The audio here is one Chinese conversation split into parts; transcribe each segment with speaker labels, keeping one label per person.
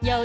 Speaker 1: 有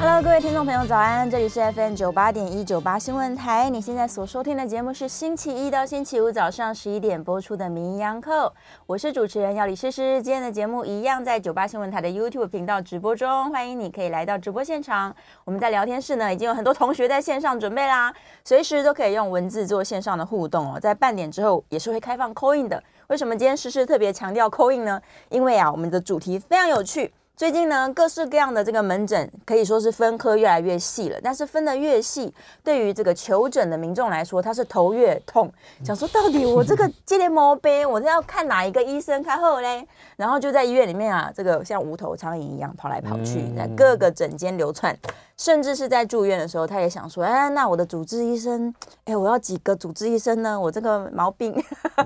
Speaker 2: Hello，各位听众朋友，早安！这里是 FM 九八点一九八新闻台，你现在所收听的节目是星期一到星期五早上十一点播出的《名医央叩》，我是主持人要李诗诗。今天的节目一样在九八新闻台的 YouTube 频道直播中，欢迎你可以来到直播现场。我们在聊天室呢，已经有很多同学在线上准备啦，随时都可以用文字做线上的互动哦。在半点之后也是会开放 c a in 的。为什么今天诗诗特别强调 c a in 呢？因为啊，我们的主题非常有趣。最近呢，各式各样的这个门诊可以说是分科越来越细了，但是分的越细，对于这个求诊的民众来说，他是头越痛，想说到底我这个接连毛病，我是要看哪一个医生开后嘞？然后就在医院里面啊，这个像无头苍蝇一样跑来跑去，在各个诊间流窜，甚至是在住院的时候，他也想说，哎，那我的主治医生，哎，我要几个主治医生呢？我这个毛病，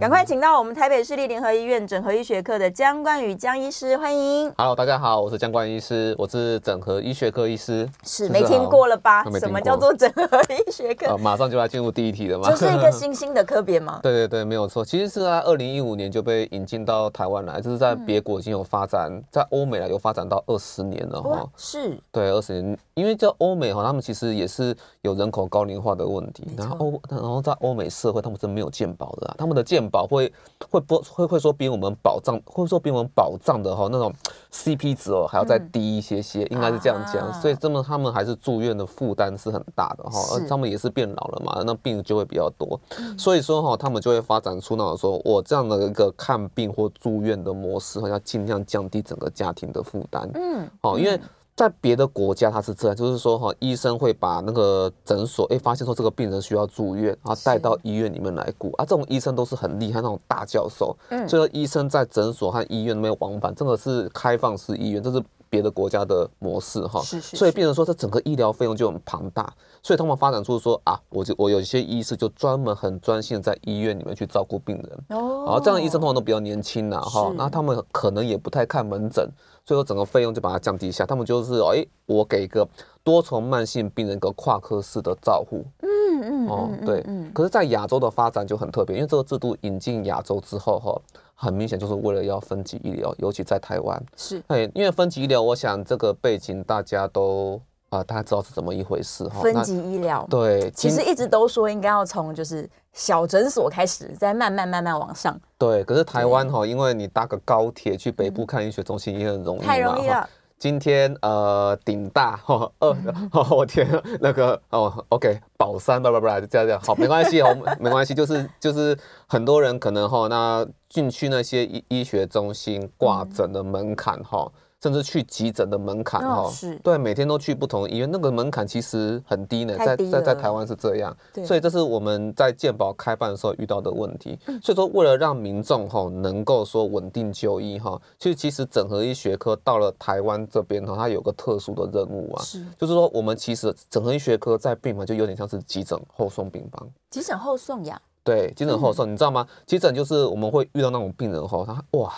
Speaker 2: 赶快请到我们台北市立联合医院整合医学科的江冠宇江医师，欢迎。
Speaker 3: Hello，大家好，我是江冠医师，我是整合医学科医师。
Speaker 2: 是
Speaker 3: 不
Speaker 2: 没听过
Speaker 3: 好
Speaker 2: 了吧
Speaker 3: 都？没
Speaker 2: 什
Speaker 3: 听
Speaker 2: 么
Speaker 3: 过
Speaker 2: 叫做整合医学科？
Speaker 3: 呃，马上就要进入第一题了嘛。
Speaker 2: 就是 一个新兴的科别嘛。
Speaker 3: 对对对，没有错。其实是啊在二零一五年就被引进到台湾来，就是在
Speaker 2: 嗯
Speaker 3: 别国已经有发展，在欧美啊来有发展到二十年了
Speaker 2: 哇
Speaker 3: 哈，。
Speaker 2: 是
Speaker 3: 对，二十年，因为在欧美哈，他们其实也是有人口高龄化的问题，然后欧，然后在欧美社会，他们是没有健保的、啊，他们的健保会会不会会说比我们保障，会说比我们保障的哈、那种 CP 值哦还要再低一些些，应该是这样讲，
Speaker 2: 嗯啊
Speaker 3: 所以这么他们还是住院的负担是很大的哈、
Speaker 2: 是嗯
Speaker 3: 而他们也是变老了嘛，那病就会比较多，所以说哈、他们就会发展出那种说我这样的一个看病或住院的模式，哈，要尽量降低整个家庭的负担，
Speaker 2: 嗯，
Speaker 3: 哦，因为在别的国家它是这样，就是说哈，医生会把那个诊所哎发现说这个病人需要住院，然后带到医院里面来顾啊，这种医生都是很厉害那种大教授，
Speaker 2: 嗯
Speaker 3: 所以说医生在诊所和医院那边往返，这个是开放式医院，这是。别的国家的模式哈，
Speaker 2: 是是
Speaker 3: 所以
Speaker 2: 是
Speaker 3: 变成说，这整个医疗费用就很庞大，所以他们发展出说啊，我就我有一些医师就专门很专心地在医院里面去照顾病人，
Speaker 2: 哦
Speaker 3: 然后这样的医生通常都比较年轻啦，哈
Speaker 2: 是，
Speaker 3: 那他们可能也不太看门诊，所以说整个费用就把它降低一下。他们就是哦，哎，我给一个多重慢性病人一个跨科室的照护，
Speaker 2: 嗯嗯
Speaker 3: 哦
Speaker 2: 嗯，嗯
Speaker 3: 对
Speaker 2: 嗯。
Speaker 3: 可是，在亚洲的发展就很特别，因为这个制度引进亚洲之后，哈，很明显就是为了要分级医疗，尤其在台湾，
Speaker 2: 是
Speaker 3: 哎，因为分级医疗，我想这个背景大家都啊、大家知道是怎么一回事哈。
Speaker 2: 分
Speaker 3: 那
Speaker 2: 级医疗。
Speaker 3: 对，
Speaker 2: 其
Speaker 3: 今
Speaker 2: 实一直都说应该要从就是小诊所开始，再慢慢慢慢往上，
Speaker 3: 对，可是台湾哈，因为你搭个高铁去北部看医学中心也很容易嘛，
Speaker 2: 嗯太容易
Speaker 3: 哈
Speaker 2: 了。
Speaker 3: 今天呃，顶大 哦，二
Speaker 2: 嗯
Speaker 3: 哦，我天，那个哦，OK，宝山，不不不，这样这样，好，没关系，好，没关系，就是就是很多人可能哈、哦那进去那些医医学中心挂诊的门槛哈、甚至去急诊的门槛哈、
Speaker 2: 嗯哦是
Speaker 3: 对，每天都去不同的医院，那个门槛其实很低呢，
Speaker 2: 太
Speaker 3: 在
Speaker 2: 低
Speaker 3: 在在
Speaker 2: 了
Speaker 3: 台湾是这样，
Speaker 2: 对
Speaker 3: 所以这是我们在健保开办的时候遇到的问题。所以说，为了让民众哈能够说稳定就医哈，其实其实整合医学科到了台湾这边哈，它有个特殊的任务啊，
Speaker 2: 是
Speaker 3: 就是说我们其实整合医学科在病房就有点像是急诊后送病房。
Speaker 2: 急诊后送呀，
Speaker 3: 对，急诊后送，你知道吗？急诊就是我们会遇到那种病人哈，他哇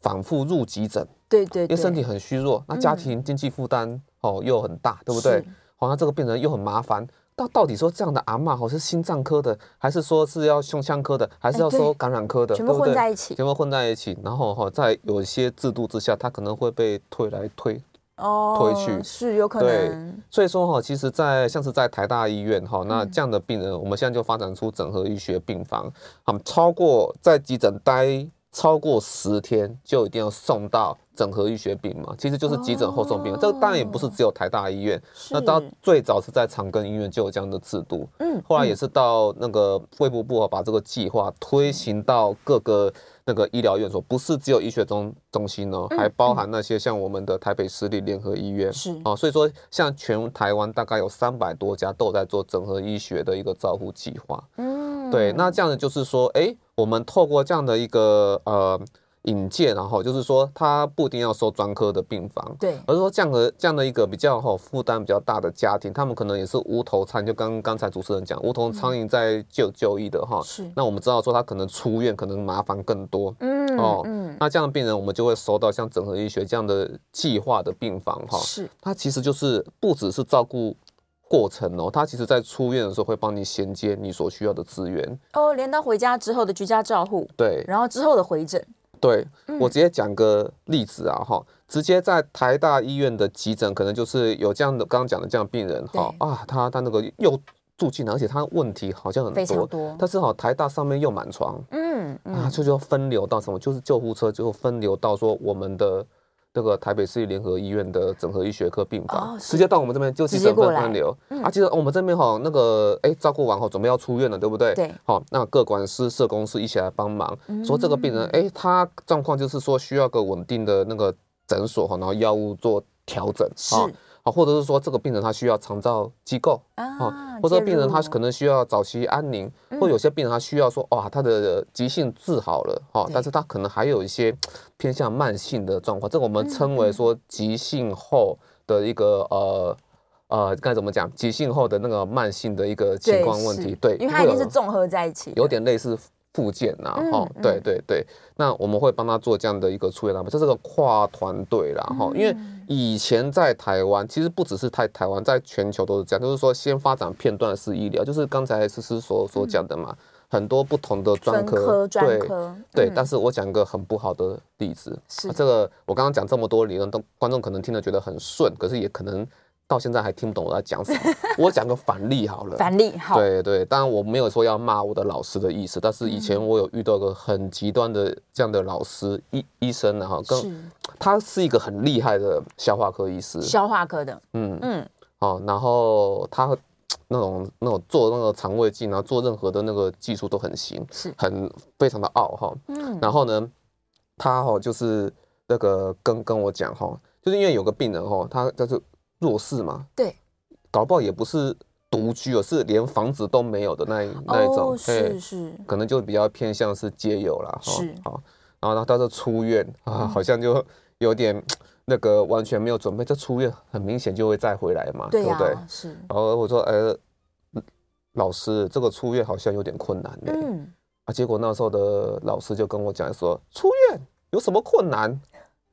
Speaker 3: 反复入急诊，
Speaker 2: 对对
Speaker 3: 因为
Speaker 2: 对，嗯
Speaker 3: 身体很虚弱，那家庭经济负担、哦又很大，对不对
Speaker 2: 是？
Speaker 3: 好、那这个病人又很麻烦。到到底说这样的阿嬷，好是心脏科的，还是说是要胸腔科的，还是
Speaker 2: 哎
Speaker 3: 要
Speaker 2: 对
Speaker 3: 说感染科的，
Speaker 2: 全
Speaker 3: 对
Speaker 2: 部
Speaker 3: 不
Speaker 2: 混
Speaker 3: 对
Speaker 2: 在一起
Speaker 3: 全部混在一起。然后哈、在有一些制度之下，他可能会被推来推
Speaker 2: 哦
Speaker 3: 推去
Speaker 2: 是有可
Speaker 3: 对
Speaker 2: 能，
Speaker 3: 所以说哈，其实在，像是在台大医院哈，那
Speaker 2: 嗯
Speaker 3: 这样的病人，我们现在就发展出整合医学病房，他们超过在急诊待超过十天就一定要送到整合医学病嘛，其实就是急诊后送病嘛。这个当然也不是只有台大医院，那到
Speaker 2: 哦是
Speaker 3: 最早是在长庚医院就有这样的制度，
Speaker 2: 嗯
Speaker 3: 后来也是到那个卫部部哦把这个计划推行到各个那个医疗院所，不是只有医学中中心哦，
Speaker 2: 嗯
Speaker 3: 还包含那些像我们的台北市立联合医院。
Speaker 2: 是
Speaker 3: 哦，所以说像全台湾大概有三百多家都有在做整合医学的一个照护计划。
Speaker 2: 嗯
Speaker 3: 对，那这样子就是说，哎、我们透过这样的一个呃引荐，然后就是说，他不一定要收专科的病房。
Speaker 2: 对
Speaker 3: 而是说这样的这样的一个比较哈负担比较大的家庭，他们可能也是无头苍蝇，就刚刚才主持人讲，无头苍蝇在就就医的哈。
Speaker 2: 嗯是
Speaker 3: 哦那我们知道说他可能出院可能麻烦更多，
Speaker 2: 嗯
Speaker 3: 哦
Speaker 2: 嗯
Speaker 3: 那这样的病人我们就会收到像整合医学这样的计划的病房哈。
Speaker 2: 是
Speaker 3: 它其实就是不只是照顾过程哦，它其实在出院的时候会帮你衔接你所需要的资源。
Speaker 2: 哦，连到回家之后的居家照护，
Speaker 3: 对
Speaker 2: 然嗯后之后的回诊，
Speaker 3: 对，我直接讲个例子啊哈，直接在台大医院的急诊，可能就是有这样的刚刚讲的这样的病人哈啊，他他那个又住进来，而且他问题好像很
Speaker 2: 非常
Speaker 3: 多，
Speaker 2: 多
Speaker 3: 但是哈台大上面又满床，
Speaker 2: 嗯
Speaker 3: 啊，
Speaker 2: 嗯，
Speaker 3: 这就分流到什么？就是救护车就分流到说我们的那个台北市立联合医院的整合医学科病房，
Speaker 2: 哦是
Speaker 3: 直接到我们这边就急
Speaker 2: 直接
Speaker 3: 诊
Speaker 2: 过
Speaker 3: 分
Speaker 2: 来嗯
Speaker 3: 分流。啊，记得我们这边哈，那个哎照顾完后准备要出院了，对不对？
Speaker 2: 对嗯
Speaker 3: 好，那各管师、社工师一起来帮忙，说这个病人哎他状况就是说需要个稳定的那个诊所哈，然后药物做调整，
Speaker 2: 是
Speaker 3: 啊好，或者是说这个病人他需要长照机构，
Speaker 2: 啊
Speaker 3: 哦或者病人他
Speaker 2: 介入嗯
Speaker 3: 可能需要早期安宁，或有些病人他需要说哇，他的急性治好了哈、
Speaker 2: 对
Speaker 3: 但是他可能还有一些偏向慢性的状况，这个我们称为
Speaker 2: 嗯
Speaker 3: 说急性后的一个呃呃该怎么讲？急性后的那个慢性的一个情
Speaker 2: 对
Speaker 3: 况问题
Speaker 2: 是，
Speaker 3: 对，
Speaker 2: 因为
Speaker 3: 会
Speaker 2: 它一定
Speaker 3: 有
Speaker 2: 是综合在一起的，
Speaker 3: 有点类似附件呐、
Speaker 2: 嗯
Speaker 3: 哈、
Speaker 2: 嗯
Speaker 3: 对对对，那我们会帮他做这样的一个出院安排，这是个跨团队啦，哈、
Speaker 2: 嗯
Speaker 3: 因为以前在台湾，其实不只是在台湾，在全球都是这样，就是说先发展片段式医疗，就是刚才思思所所讲的嘛、很多不同的
Speaker 2: 分
Speaker 3: 专
Speaker 2: 科
Speaker 3: 科，
Speaker 2: 嗯专
Speaker 3: 对。
Speaker 2: 科，
Speaker 3: 对，
Speaker 2: 嗯
Speaker 3: 但是我讲一个很不好的例子，
Speaker 2: 是
Speaker 3: 啊这个我刚刚讲这么多理论，都观众可能听了觉得很顺，可是也可能到现在还听不懂我在讲什么。我讲个反例好了，
Speaker 2: 反例好，
Speaker 3: 对对，当然我没有说要骂我的老师的意思，但是以
Speaker 2: 嗯
Speaker 3: 前我有遇到一个很极端的这样的老师医医生啊，哈，跟
Speaker 2: 是
Speaker 3: 他是一个很厉害的消化科医师，
Speaker 2: 消化科的，
Speaker 3: 嗯
Speaker 2: 嗯，
Speaker 3: 哦，然后他那种那种做那个肠胃镜，然后啊做任何的那个技术都很行，
Speaker 2: 是
Speaker 3: 很非常的傲哈，
Speaker 2: 嗯
Speaker 3: 然后呢，他哈、就是那个跟跟我讲哈、就是因为有个病人哈、他叫做弱势嘛，
Speaker 2: 对，
Speaker 3: 搞不好也不是独居哦，是连房子都没有的那一那一
Speaker 2: 哦
Speaker 3: 种，嘿
Speaker 2: 是是
Speaker 3: 可能就比较偏向是街友啦，哈
Speaker 2: 是
Speaker 3: 好，然后他就出院啊，好像就有点那个完全没有准备，这出院很明显就会再回来嘛，
Speaker 2: 对
Speaker 3: 不对？
Speaker 2: 呀是，
Speaker 3: 然后我说，呃，老师，这个出院好像有点困难呢、
Speaker 2: 嗯
Speaker 3: 啊，结果那时候的老师就跟我讲说，出院有什么困难？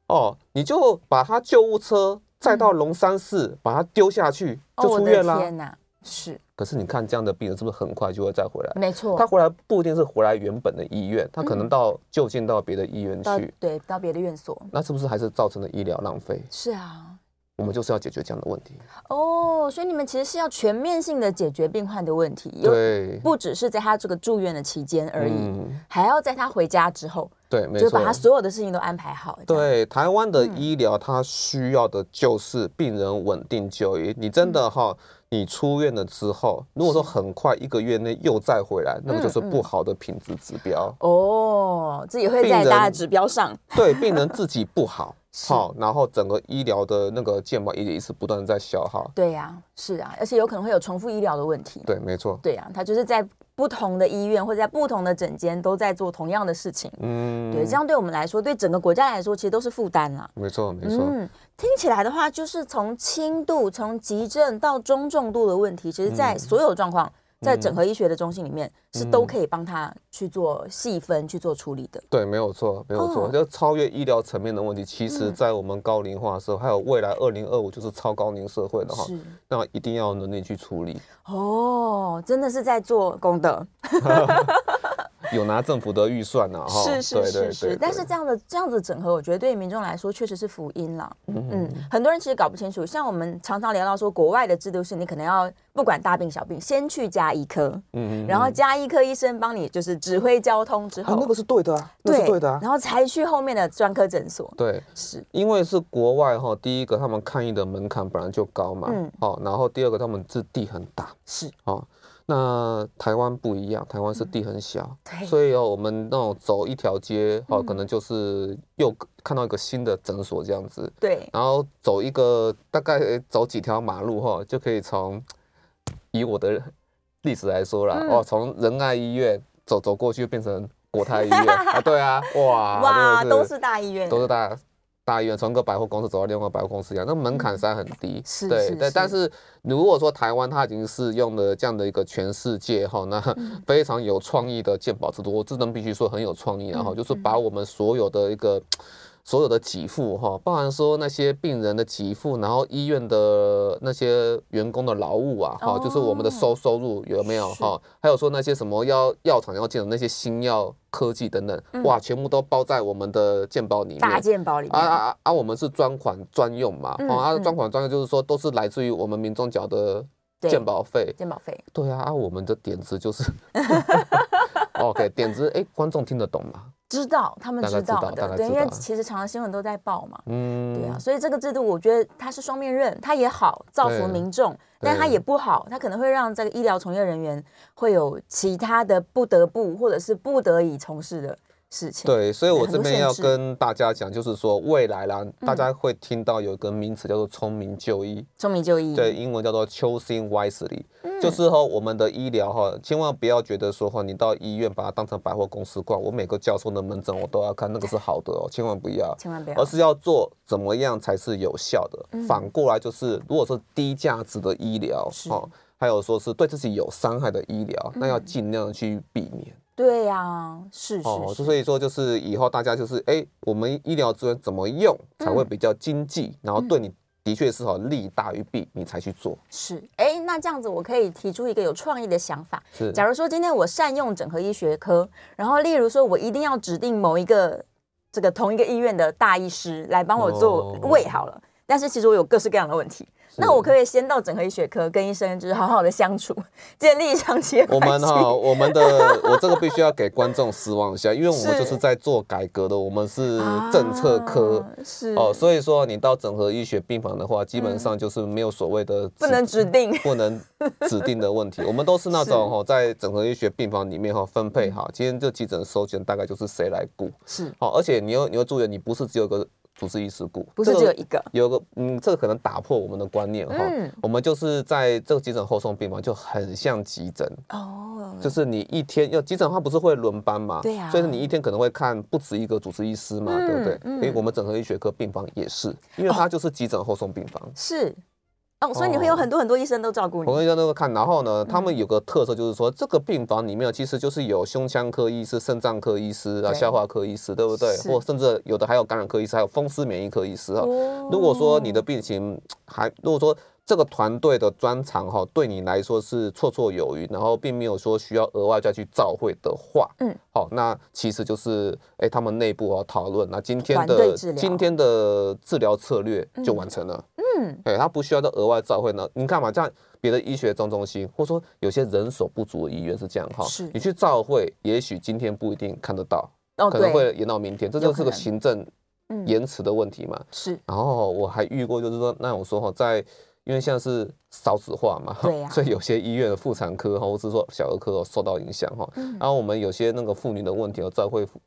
Speaker 3: 哦，你就把他救护车载到龙山寺，把他丢下去
Speaker 2: 嗯哦
Speaker 3: 就
Speaker 2: 我
Speaker 3: 出
Speaker 2: 的
Speaker 3: 院啦。
Speaker 2: 天哪，是
Speaker 3: 可是你看这样的病人是不是很快就会再回来？
Speaker 2: 没错嗯
Speaker 3: 他，回来不一定是回来原本的医院，他可能到就近到别的医院
Speaker 2: 到
Speaker 3: 去，
Speaker 2: 对到别的院所，
Speaker 3: 那是不是还是造成了医疗浪费？
Speaker 2: 是啊。
Speaker 3: 我们就是要解决这样的问题。
Speaker 2: 哦，所以你们其实是要全面性的解决病患的问题，有
Speaker 3: 对，
Speaker 2: 不只是在他这个住院的期间而已，
Speaker 3: 嗯
Speaker 2: 还要在他回家之后，
Speaker 3: 对，没
Speaker 2: 就
Speaker 3: 错。
Speaker 2: 把他所有的事情都安排好。这样，嗯
Speaker 3: 对台湾的医疗，它需要的就是病人稳定就医。你真的哈，
Speaker 2: 嗯
Speaker 3: 你出院了之后，如果说很快一个月内又再回来，那个
Speaker 2: 嗯
Speaker 3: 就是不好的品质指标。
Speaker 2: 哦，这也会在
Speaker 3: 病人
Speaker 2: 大家的指标上。
Speaker 3: 对病人自己不 好，好，然后整个医疗的那个健保也是不断的在消耗。
Speaker 2: 对呀、是啊，而且有可能会有重复医疗的问题。
Speaker 3: 对，没错。
Speaker 2: 对呀、他就是在不同的医院或者在不同的诊间都在做同样的事情。
Speaker 3: 嗯，
Speaker 2: 对，这样对我们来说，对整个国家来说，其实都是负担啊啦。
Speaker 3: 没错，没错。
Speaker 2: 嗯，听起来的话，就是从轻度、从急症到中重度的问题，其实，
Speaker 3: 嗯
Speaker 2: 在所有状况，在整合医学的中心里面，是都可以帮他去做细分、去做处理的。
Speaker 3: 对，没有错，没有错，
Speaker 2: 哦嗯
Speaker 3: 就超越医疗层面的问题。其实，在我们高龄化的时候，还有未来二零二五就是超高龄社会的哈
Speaker 2: 是，
Speaker 3: 那一定要有能力去处理。
Speaker 2: 哦，真的是在做功德。
Speaker 3: 有拿政府的预算呐、啊，哈，
Speaker 2: 是
Speaker 3: 对
Speaker 2: 是是
Speaker 3: 对对
Speaker 2: 是，但是
Speaker 3: 对
Speaker 2: 这样的这样子整合，我觉得对于民众来说确实是福音啦。
Speaker 3: 嗯
Speaker 2: 嗯，很多人其实搞不清楚，像我们常常聊到说，国外的制度是你可能要不管大病小病，先去加医科，
Speaker 3: 嗯
Speaker 2: 然后加医科医生帮你就是指挥交通之
Speaker 4: 啊
Speaker 2: 后，，
Speaker 4: 那个是对的啊，那是对的啊。
Speaker 2: 然后才去后面的专科诊所。
Speaker 3: 对，
Speaker 2: 是，
Speaker 3: 因为是国外哈，第一个他们抗议的门槛本来就高嘛，
Speaker 2: 嗯
Speaker 3: 哦，然后第二个他们是地很大，
Speaker 2: 是
Speaker 3: 哦，那台湾不一样，台湾是地很小，
Speaker 2: 对
Speaker 3: 所以哦，我们那种走一条街
Speaker 2: 嗯
Speaker 3: 哦，可能就是又看到一个新的诊所这样子，
Speaker 2: 对，
Speaker 3: 然后走一个大概呃走几条马路哈，就可以从以我的历史来说啦，
Speaker 2: 嗯
Speaker 3: 哦，从仁爱医院走走过去变成国泰 医院啊，对啊，哇，
Speaker 2: 哇，
Speaker 3: 真的
Speaker 2: 都是大医院，
Speaker 3: 都是大大医院，从一个百货公司走到另外一个百货公司一样，那门槛虽然很低，
Speaker 2: 嗯是
Speaker 3: 对
Speaker 2: 是
Speaker 3: 对，但
Speaker 2: 是
Speaker 3: 是如果说台湾它已经是用了这样的一个全世界哈，那
Speaker 2: 嗯
Speaker 3: 非常有创意的健保制度，我只能必须说很有创意啊，然
Speaker 2: 嗯
Speaker 3: 后就是把我们所有的一个。所有的给付哈，包含说那些病人的给付，然后医院的那些员工的劳务啊，哈、就是我们的
Speaker 2: 哦
Speaker 3: 收收入有没有
Speaker 2: 是
Speaker 3: 哈？还有说那些什么药药厂要建的那些新药科技等等，
Speaker 2: 嗯
Speaker 3: 哇，全部都包在我们的健保里面。
Speaker 2: 大健保里
Speaker 3: 啊
Speaker 2: 面，
Speaker 3: 啊啊啊！我们是专款专用嘛，
Speaker 2: 嗯
Speaker 3: 哦啊，
Speaker 2: 嗯
Speaker 3: 专款专用就是说都是来自于我们民众缴的
Speaker 2: 对
Speaker 3: 健保费。
Speaker 2: 健保费，
Speaker 3: 对啊，啊，我们的点子就是 ，OK，点子，哎，观众听得懂吗？
Speaker 2: 知道他们
Speaker 3: 大概
Speaker 2: 知
Speaker 3: 知道
Speaker 2: 道
Speaker 3: 大
Speaker 2: 的，
Speaker 3: 概
Speaker 2: 对，
Speaker 3: 知
Speaker 2: 因为
Speaker 3: 道
Speaker 2: 其实常常新闻都在报嘛。
Speaker 3: 嗯，
Speaker 2: 对啊，，所以这个制度，我觉得它是双面刃，它也好造福
Speaker 3: 对
Speaker 2: 民众，但它也不好，它可能会让这个医疗从业人员会有其他的不得不或者是不得已从事的事情。，
Speaker 3: 对，所以我
Speaker 2: 很嗯
Speaker 3: 这
Speaker 2: 多
Speaker 3: 边
Speaker 2: 限
Speaker 3: 要
Speaker 2: 制
Speaker 3: 跟大家讲，就是说未来啦，大家会听到有一个名词叫做聪明就医，
Speaker 2: 聪明就医，
Speaker 3: 对，，英文叫做 choosing wisely，、就是
Speaker 2: 嗯
Speaker 3: 哈、我们的医疗哈、千万不要觉得说哈、你到医院把它当成百货公司逛，我每个教授的门诊我都要看，那个是好的哦，千万不要，
Speaker 2: 千万不要
Speaker 3: 而是要做怎么样才是有效的。
Speaker 2: 嗯
Speaker 3: 反过来就是，如果是低价值的医疗
Speaker 2: 是嗯
Speaker 3: 哦，还有说是对自己有伤害的医疗，那要尽量去避免。
Speaker 2: 对呀、啊，是
Speaker 3: 哦，
Speaker 2: 是，
Speaker 3: 就是所以说就是以后大家就是哎、我们医疗资源怎么用才会比较经济，
Speaker 2: 嗯
Speaker 3: 然后对你的确是哈利大于弊，你才去做。
Speaker 2: 是，哎，那这样子我可以提出一个有创意的想法。
Speaker 3: 是，
Speaker 2: 假如说今天我善用整合医学科，然后例如说我一定要指定某一个这个同一个医院的大医师来帮我做
Speaker 3: 哦
Speaker 2: 胃好了，但是其实我有各式各样的问题，那我可不可以先到整合医学科跟医生就是好好的相处，建立长期的
Speaker 3: 我
Speaker 2: 关
Speaker 3: 们
Speaker 2: 系
Speaker 3: 哈，我们的我这个必须要给观众失望一下，因为我们
Speaker 2: 是
Speaker 3: 就是在做改革的，我们是政策科。
Speaker 2: 啊是
Speaker 3: 哦，所以说你到整合医学病房的话，基本上就是没有所谓的
Speaker 2: 嗯不能指定
Speaker 3: 不能指定的问题。我们都是那种
Speaker 2: 是嗯
Speaker 3: 哦，在整合医学病房里面哈分配好，今天这急诊收钱大概就是谁来顾。
Speaker 2: 是
Speaker 3: 好、而且你又你又注意，你不是只有一个主治医师雇，
Speaker 2: 不是
Speaker 3: 这
Speaker 2: 只有一个
Speaker 3: 有个嗯，这个可能打破我们的观念哈、
Speaker 2: 嗯
Speaker 3: 我们就是在这个急诊后送病房就很像急诊，
Speaker 2: 哦，
Speaker 3: 就是你一天要急诊，它不是会轮班嘛？
Speaker 2: 对啊
Speaker 3: 所以你一天可能会看不止一个主治医师嘛，对不对？
Speaker 2: 嗯嗯哦
Speaker 3: 所以我们整合医学科病房也是，因为它就是急诊后送病房。
Speaker 2: 是哦，所以你会有
Speaker 3: 哦
Speaker 2: 很多很多医生都照顾
Speaker 3: 我跟
Speaker 2: 你，
Speaker 3: 医生都看，然后
Speaker 2: 嗯
Speaker 3: 呢，他们有个特色就是说，这个病房里面其实就是有胸腔科医师、肾脏科医师啊、
Speaker 2: 对
Speaker 3: 消化科医师，对不对？
Speaker 2: 是
Speaker 3: 或甚至有的还有感染科医师，还有风湿免疫科医师啊。
Speaker 2: 哦
Speaker 3: 如果说你的病情还，如果说这个团队的专长哈、对你来说是绰绰有余，然后并没有说需要额外再去召会的话，
Speaker 2: 嗯，
Speaker 3: 好、那其实就是哎，他们内部啊讨论，那今天
Speaker 2: 团队
Speaker 3: 的
Speaker 2: 治疗
Speaker 3: 今天的治疗策略就完成了，嗯，哎，他不需要再额外召会呢。你看嘛，这样别的医学中中心，或者说有些人手不足的医院是这样哈、
Speaker 2: 是
Speaker 3: 你去召会，也许今天不一定看得到，
Speaker 2: 哦
Speaker 3: 可能
Speaker 2: 对
Speaker 3: 会延到明天，这
Speaker 2: 有
Speaker 3: 就是
Speaker 2: 可
Speaker 3: 个
Speaker 2: 能
Speaker 3: 行政
Speaker 2: 嗯
Speaker 3: 延迟的问题嘛。
Speaker 2: 是
Speaker 3: 然后我还遇过，就是说那种说哈，在因为现在是少子化嘛，
Speaker 2: 对呀
Speaker 3: 所以有些医院的妇产科哈，或是说小儿科哦受到影响哈。
Speaker 2: 嗯
Speaker 3: 然后我们有些那个妇女的问题哦，照会妇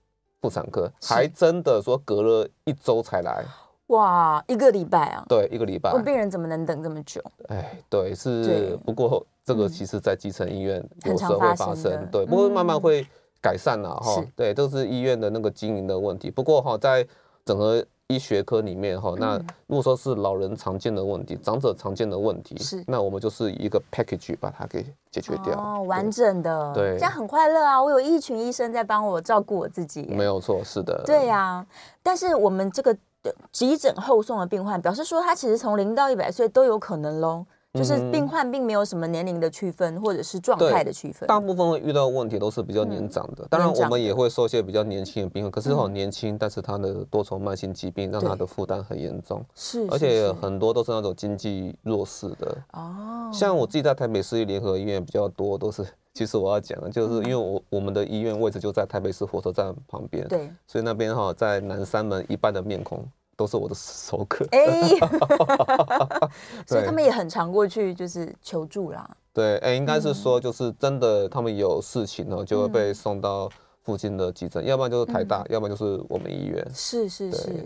Speaker 3: 妇产科，
Speaker 2: 是
Speaker 3: 还真的说隔了一周才来，
Speaker 2: 哇，一个礼拜啊，
Speaker 3: 对，一个礼拜
Speaker 2: 我。病人怎么能等这么久？
Speaker 3: 哎，对，
Speaker 2: 对嗯
Speaker 3: 是不过这个其实在基层医院
Speaker 2: 很
Speaker 3: 有时候
Speaker 2: 常
Speaker 3: 会
Speaker 2: 发
Speaker 3: 发
Speaker 2: 生的
Speaker 3: 生，对，不过慢慢
Speaker 2: 嗯
Speaker 3: 会改善了哈
Speaker 2: 是。
Speaker 3: 对，这是医院的那个经营的问题。不过哈，在整个医学科里面哈，那
Speaker 2: 嗯
Speaker 3: 如果说是老人常见的问题、长者常见的问题，
Speaker 2: 是
Speaker 3: 那我们就是一个 package 把它给解决掉。
Speaker 2: 哦，
Speaker 3: 对
Speaker 2: 完整的，
Speaker 3: 对
Speaker 2: 这样很快乐啊！我有一群医生在帮我照顾我自己耶，
Speaker 3: 没有错，是的，
Speaker 2: 对呀、但是我们这个呃急诊后送的病患，表示说他其实从零到一百岁都有可能喽。就是
Speaker 3: 嗯
Speaker 2: 病患并没有什么年龄的区分，或者是状态的区分。
Speaker 3: 大部分会遇到的问题都是比较年长的，当然我
Speaker 2: 嗯年长的嗯
Speaker 3: 们也会收一些比较年轻的病患，可是很年轻，但是他的多重慢性疾病让
Speaker 2: 对
Speaker 3: 他的负担很严重，
Speaker 2: 是，是
Speaker 3: 而且
Speaker 2: 是
Speaker 3: 很多都是那种经济弱势的。
Speaker 2: 哦，
Speaker 3: 像我自己在台北市立联合医院比较多，都是 其实我要讲的，就是
Speaker 2: 嗯
Speaker 3: 因为我我们的医院位置就在台北市火车站旁边，
Speaker 2: 对，
Speaker 3: 所以那边哈在南三门一半的面孔都是我的熟客，
Speaker 2: 哎， 所以他们也很常过去就是求助啦。
Speaker 3: 对，哎、应该是说就是真的，他们有事情
Speaker 2: 嗯
Speaker 3: 呢，就会被送到附近的急诊，要不然就是台大，要不然就是我们医院。
Speaker 2: 是是是
Speaker 3: 对，，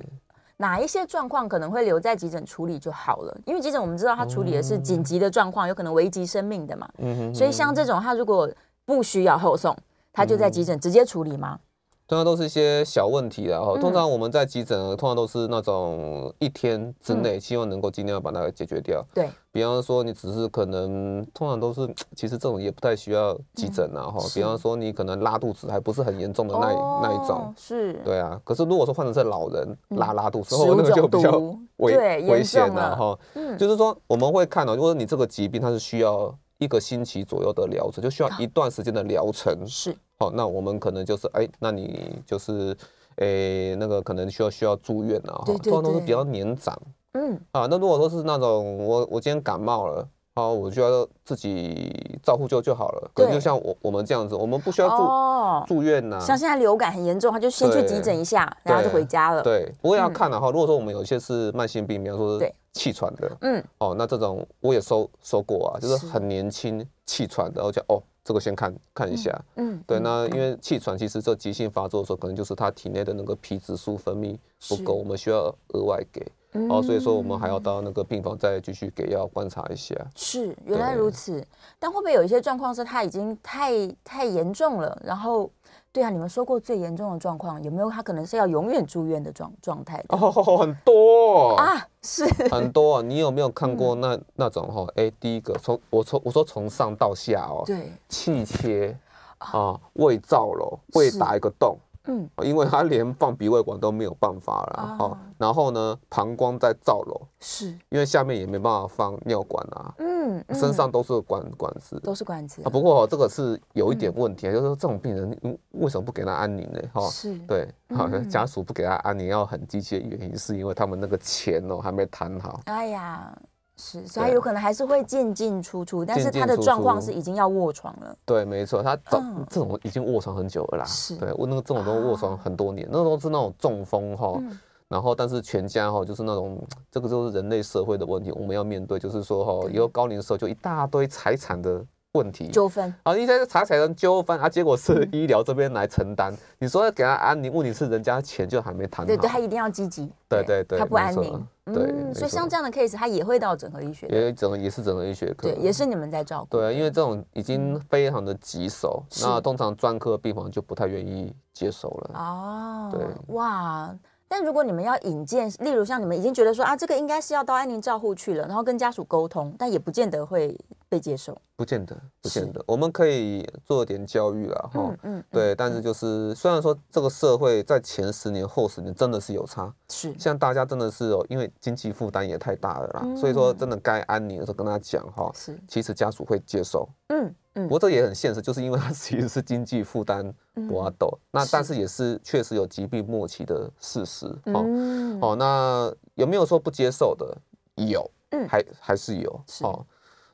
Speaker 2: 哪一些状况可能会留在急诊处理就好了？因为急诊我们知道它处理的是紧急的状况，有可能危及生命的嘛。
Speaker 3: 嗯哼
Speaker 2: 所以像这种，它如果不需要后送，它就在急诊直接处理吗？
Speaker 3: 通常都是一些小问题啦，哈。
Speaker 2: 嗯
Speaker 3: 通常我们在急诊啊呢，通常都是那种一天之内，
Speaker 2: 嗯
Speaker 3: 希望能够尽量把它解决掉。
Speaker 2: 对，
Speaker 3: 比方说，你只是可能，通常都是，其实这种也不太需要急诊啊，哈、
Speaker 2: 嗯是
Speaker 3: 比方说，你可能拉肚子还不是很严重的嗯那一、那一种
Speaker 2: 哦，是，
Speaker 3: 对啊，可是如果说患者是老人拉拉肚子，
Speaker 2: 食
Speaker 3: 哦，那
Speaker 2: 物
Speaker 3: 个就
Speaker 2: 中
Speaker 3: 比较
Speaker 2: 毒
Speaker 3: 危
Speaker 2: 对严
Speaker 3: 危险
Speaker 2: 重
Speaker 3: 了
Speaker 2: 了
Speaker 3: 哈。
Speaker 2: 嗯
Speaker 3: 就是说我们会看到，如果你这个疾病它是需要一个星期左右的疗程，就需要一段时间的疗程。
Speaker 2: 啊是
Speaker 3: 好，那我们可能就是哎，那你就是哎那个可能需要需要住院啊了哈。
Speaker 2: 对对
Speaker 3: 通常都是
Speaker 2: 对
Speaker 3: 比较年长
Speaker 2: 嗯
Speaker 3: 啊。那如果说是那种我我今天感冒了。好，我就要自己照顾就就好了。可能
Speaker 2: 对
Speaker 3: 就像我我们这样子，我们不需要住、
Speaker 2: 哦。
Speaker 3: 住院呐、
Speaker 2: 像现在流感很严重，他就先去
Speaker 3: 对
Speaker 2: 急诊一下，然后就回家了。，
Speaker 3: 对，不过要看然后如果说我们有一些是慢性病，比方说
Speaker 2: 嗯对
Speaker 3: 是气喘的，
Speaker 2: 嗯，
Speaker 3: 哦，那这种我也收收过啊，就是
Speaker 2: 是
Speaker 3: 很年轻气喘的，我就哦，这个先看看一下。
Speaker 2: 嗯，
Speaker 3: 对，
Speaker 2: 嗯
Speaker 3: 那因为气喘其实这急性发作的时候，可能就是他体内的那个皮质素分泌不
Speaker 2: 是嗯
Speaker 3: 够，我们需要额外给。哦，所以说我们还要到那个病房再继续给药观察一下。
Speaker 2: 是原来
Speaker 3: 对
Speaker 2: 如此。但会不会有一些状况是他已经太太严重了？然后，对啊，你们说过最严重的状况有没有？他可能是要永远住院的状状态的
Speaker 3: 哦，很多、哦
Speaker 2: 啊？嗯是
Speaker 3: 很多、哦你有没有看过那、那种哈、哦？哎，第一个从我从我说从上到下哦，
Speaker 2: 对，
Speaker 3: 气切啊，胃造瘘，胃
Speaker 2: 是
Speaker 3: 打一个洞，
Speaker 2: 嗯，
Speaker 3: 因为它连放鼻胃管都没有办法了
Speaker 2: 哦
Speaker 3: 哦。然后呢，膀胱在造瘘，
Speaker 2: 是，
Speaker 3: 因为下面也没办法放尿管啊，
Speaker 2: 嗯，嗯
Speaker 3: 身上都是管管子。
Speaker 2: 都是嗯管子
Speaker 3: 啊，不过、哦、这个是有一点问题，啊，就是说这种病人嗯为什么不给他安宁呢？哈、
Speaker 2: 是
Speaker 3: 哦对，好、
Speaker 2: 嗯
Speaker 3: 家属不给他安宁要很积极的原因，是因为他们那个钱哦还没谈好，
Speaker 2: 哎呀，是，所以他
Speaker 3: 对啊
Speaker 2: 有可能还是会进进出出，但是
Speaker 3: 进进
Speaker 2: 他的
Speaker 3: 出
Speaker 2: 状况
Speaker 3: 出
Speaker 2: 是已经要卧床了。
Speaker 3: 对，没错，他早、
Speaker 2: 嗯
Speaker 3: 这种已经卧床很久了啦。
Speaker 2: 是
Speaker 3: 对，我那个这种都卧床很多年，那都是那种中风哈。
Speaker 2: 嗯
Speaker 3: 然后，但是全家哈，就是那种，这个就是人类社会的问题，我们要面对，就是说哈，以后高龄的时候就一大堆财产的问题，
Speaker 2: 纠嗯纷
Speaker 3: 啊，一些财产的纠纷啊，结果是医疗这边来承担。你说要给他安宁，问题是人家钱就还没谈好，
Speaker 2: 对对，他一定要积极，
Speaker 3: 对对对
Speaker 2: 他不
Speaker 3: 没
Speaker 2: 安
Speaker 3: 错
Speaker 2: 宁，嗯
Speaker 3: 对没
Speaker 2: 所以像
Speaker 3: 错
Speaker 2: 这样的 case，他也会到整合医学的，
Speaker 3: 也整个也是整个医学科，
Speaker 2: 对，也是你们在照顾，
Speaker 3: 对，啊因为这种已经非常的棘手，
Speaker 2: 嗯是
Speaker 3: 那通常专科病房就不太愿意接手了。
Speaker 2: 哦，
Speaker 3: 对
Speaker 2: 哇。但如果你们要引荐，例如像你们已经觉得说啊，这个应该是要到安宁照护去了，然后跟家属沟通，但也不见得会被接受。
Speaker 3: 不见得，不
Speaker 2: 是
Speaker 3: 见得，我们可以做点教育啦，哈、
Speaker 2: 嗯嗯，
Speaker 3: 哦对，但是就是虽然说这个社会在前十年、后十年真的是有差，
Speaker 2: 是
Speaker 3: 像大家真的是哦，因为经济负担也太大了啦，
Speaker 2: 嗯
Speaker 3: 所以说真的该安宁的时候跟他讲哈，
Speaker 2: 是，
Speaker 3: 其实家属会接受，
Speaker 2: 嗯嗯
Speaker 3: 不，过这也很现实，就是因为他其实是经济负担
Speaker 2: 嗯
Speaker 3: 不阿斗，那但是也是确实有疾病末期的事实，哦、
Speaker 2: 嗯
Speaker 3: 哦，那有没有说不接受的？有，
Speaker 2: 嗯
Speaker 3: 还还是有。
Speaker 2: 是
Speaker 3: 哦，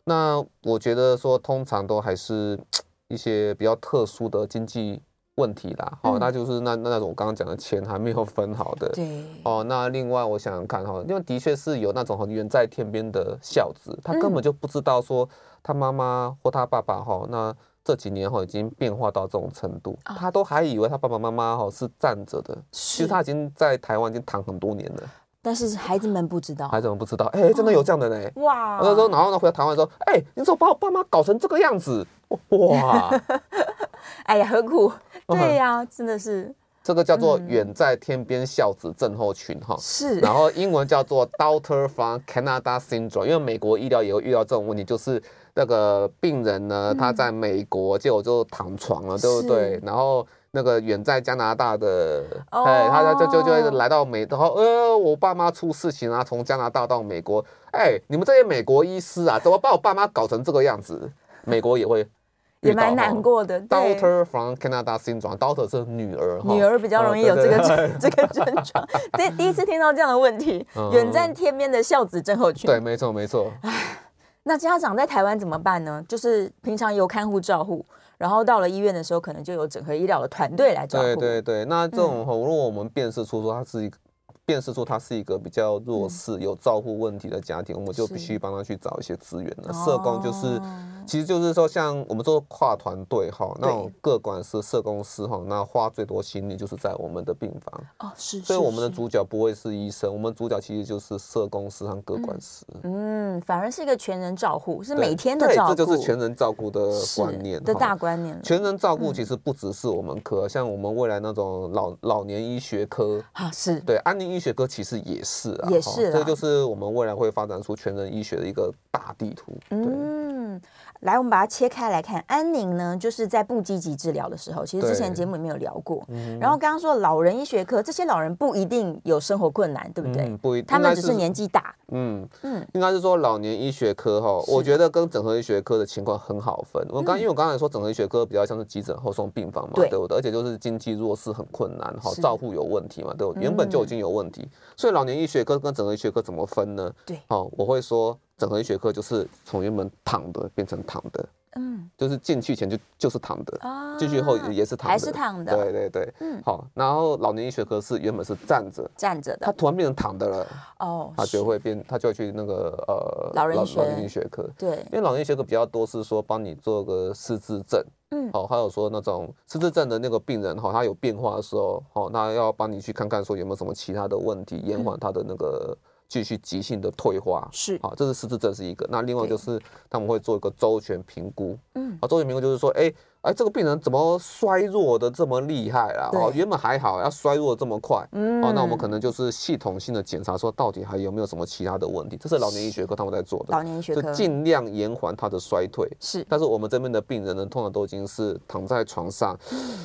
Speaker 3: 那我觉得说，通常都还是一些比较特殊的经济问题啦。哦，
Speaker 2: 嗯
Speaker 3: 那就是那那那种我刚刚讲的钱还没有分好的。
Speaker 2: 对，
Speaker 3: 哦，那另外我想想看哈，因为的确是有那种很远在天边的孝子，他
Speaker 2: 嗯
Speaker 3: 根本就不知道说他妈妈或他爸爸哈，那这几年哈已经变化到这种程度，
Speaker 2: 哦
Speaker 3: 他都还以为他爸爸妈妈哈是站着的，其
Speaker 2: 是
Speaker 3: 实他已经在台湾已经躺很多年了，
Speaker 2: 但是孩子们不知道
Speaker 3: 还怎么不知道？哎、真的有这样的呢。
Speaker 2: 哇，
Speaker 3: 那时候，然后呢，回到台湾说，哎、你怎么把我爸妈搞成这个样子？哇，
Speaker 2: 哎呀，何苦？
Speaker 3: 嗯哦
Speaker 2: 对呀、真的是
Speaker 3: 这个叫做远在天边孝子症候群哈。
Speaker 2: 是
Speaker 3: 然后英文叫做 Daughter from Canada Syndrome，因为美国医疗也会遇到这种问题，就是那个病人呢，他在美国结果就躺床了，对不对
Speaker 2: 嗯是？
Speaker 3: 然后那个远在加拿大的，
Speaker 2: 哦
Speaker 3: 哎，他他就就就来到美，然后呃，我爸妈出事情啊，从加拿大到美国，哎，你们这些美国医师啊，怎么把我爸妈搞成这个样子？美国也会
Speaker 2: 也
Speaker 3: 遇到
Speaker 2: 蛮难。过的。
Speaker 3: d a u
Speaker 2: 对
Speaker 3: g h t e r from Canada syndrome，daughter 是女儿哈，
Speaker 2: 女儿比较容易有
Speaker 3: 呃
Speaker 2: 这
Speaker 3: 对
Speaker 2: 个
Speaker 3: 对
Speaker 2: 症 这个症 状。第第一次听到这样的问题
Speaker 3: 嗯，
Speaker 2: 远在天边的孝子症候群。
Speaker 3: 对，，没错没错，
Speaker 2: 那家长在台湾怎么办呢？就是平常由看护照护，然后到了医院的时候，可能就有整合医疗的团队来照顾。
Speaker 3: 对对对，那这
Speaker 2: 嗯
Speaker 3: 种吼，如果我们辨识出说他是一个。辨识出他是一个比较
Speaker 2: 嗯
Speaker 3: 弱势、有照护问题的家庭，我们就是必须帮他去找一些资源了。
Speaker 2: 哦
Speaker 3: 社工就是，其实就是说，像我们说跨团队哈，那种
Speaker 2: 对
Speaker 3: 各管师、社工师哈，那花最多心力就是在我们的病房，
Speaker 2: 哦，是，
Speaker 3: 所以
Speaker 2: 是
Speaker 3: 我们的
Speaker 2: 是
Speaker 3: 主角不会是医生，我们主角其实就是社工师和各管师。
Speaker 2: 嗯，反而是一个全人照护，是
Speaker 3: 对
Speaker 2: 每天的
Speaker 3: 对
Speaker 2: 照顾，
Speaker 3: 这就是全人照顾的
Speaker 2: 是
Speaker 3: 观念
Speaker 2: 的
Speaker 3: 哈
Speaker 2: 大嗯观念了。
Speaker 3: 全人照顾其实不只是我们科，像我们未来那种老老年医学科，
Speaker 2: 啊，是
Speaker 3: 对，安宁医学科其实也是啊，
Speaker 2: 也
Speaker 3: 哈
Speaker 2: 是
Speaker 3: 这
Speaker 2: 啦
Speaker 3: 就是我们未来会发展出全人医学的一个大地图。对，
Speaker 2: 嗯，来，我们把它切开来看。安宁呢，就是在不积极治疗的时候，其实之前
Speaker 3: 对嗯
Speaker 2: 节目里面有聊过。然后刚刚说老人医学科，这些老人不一定有生活困难，对不对？
Speaker 3: 嗯，不一，
Speaker 2: 他
Speaker 3: 应该
Speaker 2: 们只是年，纪大。
Speaker 3: 嗯
Speaker 2: 嗯
Speaker 3: 嗯，应该是说老年医学科哈，我觉得跟整合医学科的情况很好分。我刚因为我刚才说整合医学科比较像是急诊后送病房嘛，
Speaker 2: 嗯对
Speaker 3: 对不对？而且就是经济弱势很困难哈
Speaker 2: 是，嗯
Speaker 3: 照护有问题嘛，对不对？原本就已经有问题，所以老年医学科跟整合医学科怎么分呢？
Speaker 2: 对
Speaker 3: 哦，我会说整合医学科就是从原本躺的变成躺的，
Speaker 2: 嗯
Speaker 3: 就是进去前就就是躺的。
Speaker 2: 啊
Speaker 3: 进去后也是躺的，
Speaker 2: 还是躺的
Speaker 3: 对对对，
Speaker 2: 嗯
Speaker 3: 好。然后老年医学科是原本是站着，
Speaker 2: 站着
Speaker 3: 他
Speaker 2: 的
Speaker 3: 突然变成躺的了，
Speaker 2: 哦，
Speaker 3: 他
Speaker 2: 是
Speaker 3: 就会变，他就会去那个呃
Speaker 2: 老人医学
Speaker 3: 老年医学科，
Speaker 2: 对
Speaker 3: 因，为老年医学科比较多是说帮你做个失智症，
Speaker 2: 嗯
Speaker 3: 好、还有说那种失智症的那个病人哦哈、他有变化的时候，好、那要帮你去看看说有没有什么其他的问题，延
Speaker 2: 嗯
Speaker 3: 缓他的那个继续急性的退化。
Speaker 2: 是
Speaker 3: 好，这是失智症是一个。那另外
Speaker 2: 对
Speaker 3: 就是他们会做一个周全评估。
Speaker 2: 嗯
Speaker 3: 啊，周全评估就是说，哎、哎，这个病人怎么衰弱的这么厉害啊？
Speaker 2: 对
Speaker 3: 哦，原本还好，要衰弱得这么快。
Speaker 2: 嗯
Speaker 3: 哦，那我们可能就是系统性的检查，说到底还有没有什么其他的问题？这是老年医学科他们在做的，
Speaker 2: 老年医学科
Speaker 3: 就尽量延缓他的衰退。
Speaker 2: 是
Speaker 3: 但是我们这边的病人呢，通常都已经是躺在床上，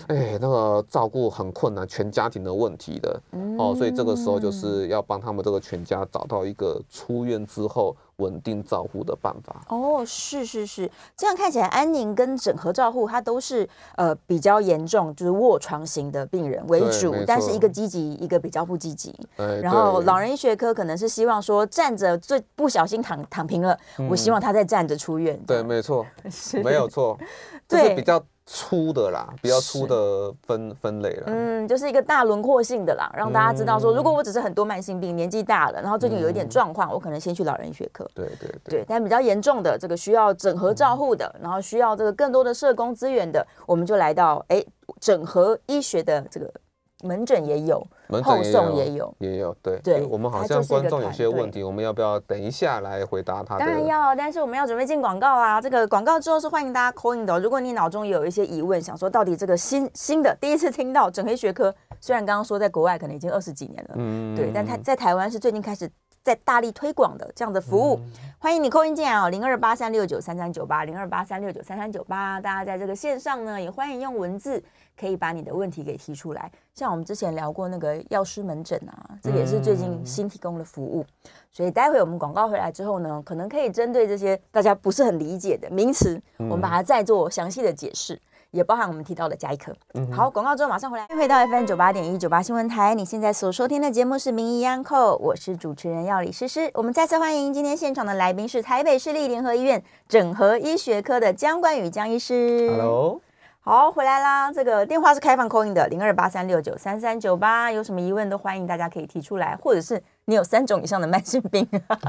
Speaker 3: 哎，那个照顾很困难，全家庭的问题的、哦，所以这个时候就是要帮他们这个全家找到一个出院之后稳定照护的办法。
Speaker 2: 哦，是是是，这样看起来安宁跟整合照护，它都是呃比较严重，就是卧床型的病人为
Speaker 3: 对
Speaker 2: 主
Speaker 3: 没，
Speaker 2: 但是一
Speaker 3: 错
Speaker 2: 个积极，一个比较不积极。
Speaker 3: 哎，
Speaker 2: 然后
Speaker 3: 对
Speaker 2: 老人医学科可能是希望说站着最不小心躺躺平了，我希望他再站着出院。
Speaker 3: 嗯对，没错，
Speaker 2: 是
Speaker 3: 没有 错，这
Speaker 2: 对
Speaker 3: 是比较粗的啦，比较粗的分分类啦。
Speaker 2: 嗯，就是一个大轮廓性的啦，让大家知道说，
Speaker 3: 嗯
Speaker 2: 如果我只是很多慢性病，年纪大了，然后最近有一点状况，我可能先去老人医学科。
Speaker 3: 对对对。
Speaker 2: 对，但比较严重的这个需要整合照护的，然后需要这个更多的社工资源的，我们就来到哎整合医学的这个门诊也有，
Speaker 3: 门
Speaker 2: 后
Speaker 3: 诊
Speaker 2: 送也有，
Speaker 3: 也有对。
Speaker 2: 对
Speaker 3: 诶我们好
Speaker 2: 它就
Speaker 3: 像
Speaker 2: 是一
Speaker 3: 观
Speaker 2: 个
Speaker 3: 众有
Speaker 2: 团
Speaker 3: 些问
Speaker 2: 队
Speaker 3: 题，我们要不要等一下来回答他的？
Speaker 2: 当然要，但是我们要准备进广告啊。这个广告之后是欢迎大家 call in 的哦、如果你脑中有一些疑问，想说到底这个新新的第一次听到整黑学科，虽然刚刚说在国外可能已经二十几年了，
Speaker 3: 嗯
Speaker 2: 对，但它在台湾是最近开始在大力推广的这样的服务。欢迎你扣音进来哦，零二八三六九三三九八，零二八三六九三三九八。大家在这个线上呢，也欢迎用文字可以把你的问题给提出来。像我们之前聊过那个药师门诊啊，这个也是最近新提供的服务。所以待会我们广告回来之后呢，可能可以针对这些大家不是很理解的名词，我们把它再做详细的解释。也包含我们提到的加一科。好，广告之后马上回来。欢迎回到 FM 九八点一九八新闻台，你现在所收听的节目是《名医央叩》，我是主持人药理诗诗。我们再次欢迎今天现场的来宾是台北市立联合医院整合医学科的江冠宇江医师。
Speaker 3: 嗯 Hello，
Speaker 2: 好，回来啦！这个电话是开放 call in 的，零二八三六九三三九八，有什么疑问都欢迎大家可以提出来，或者是你有三种以上的慢性病，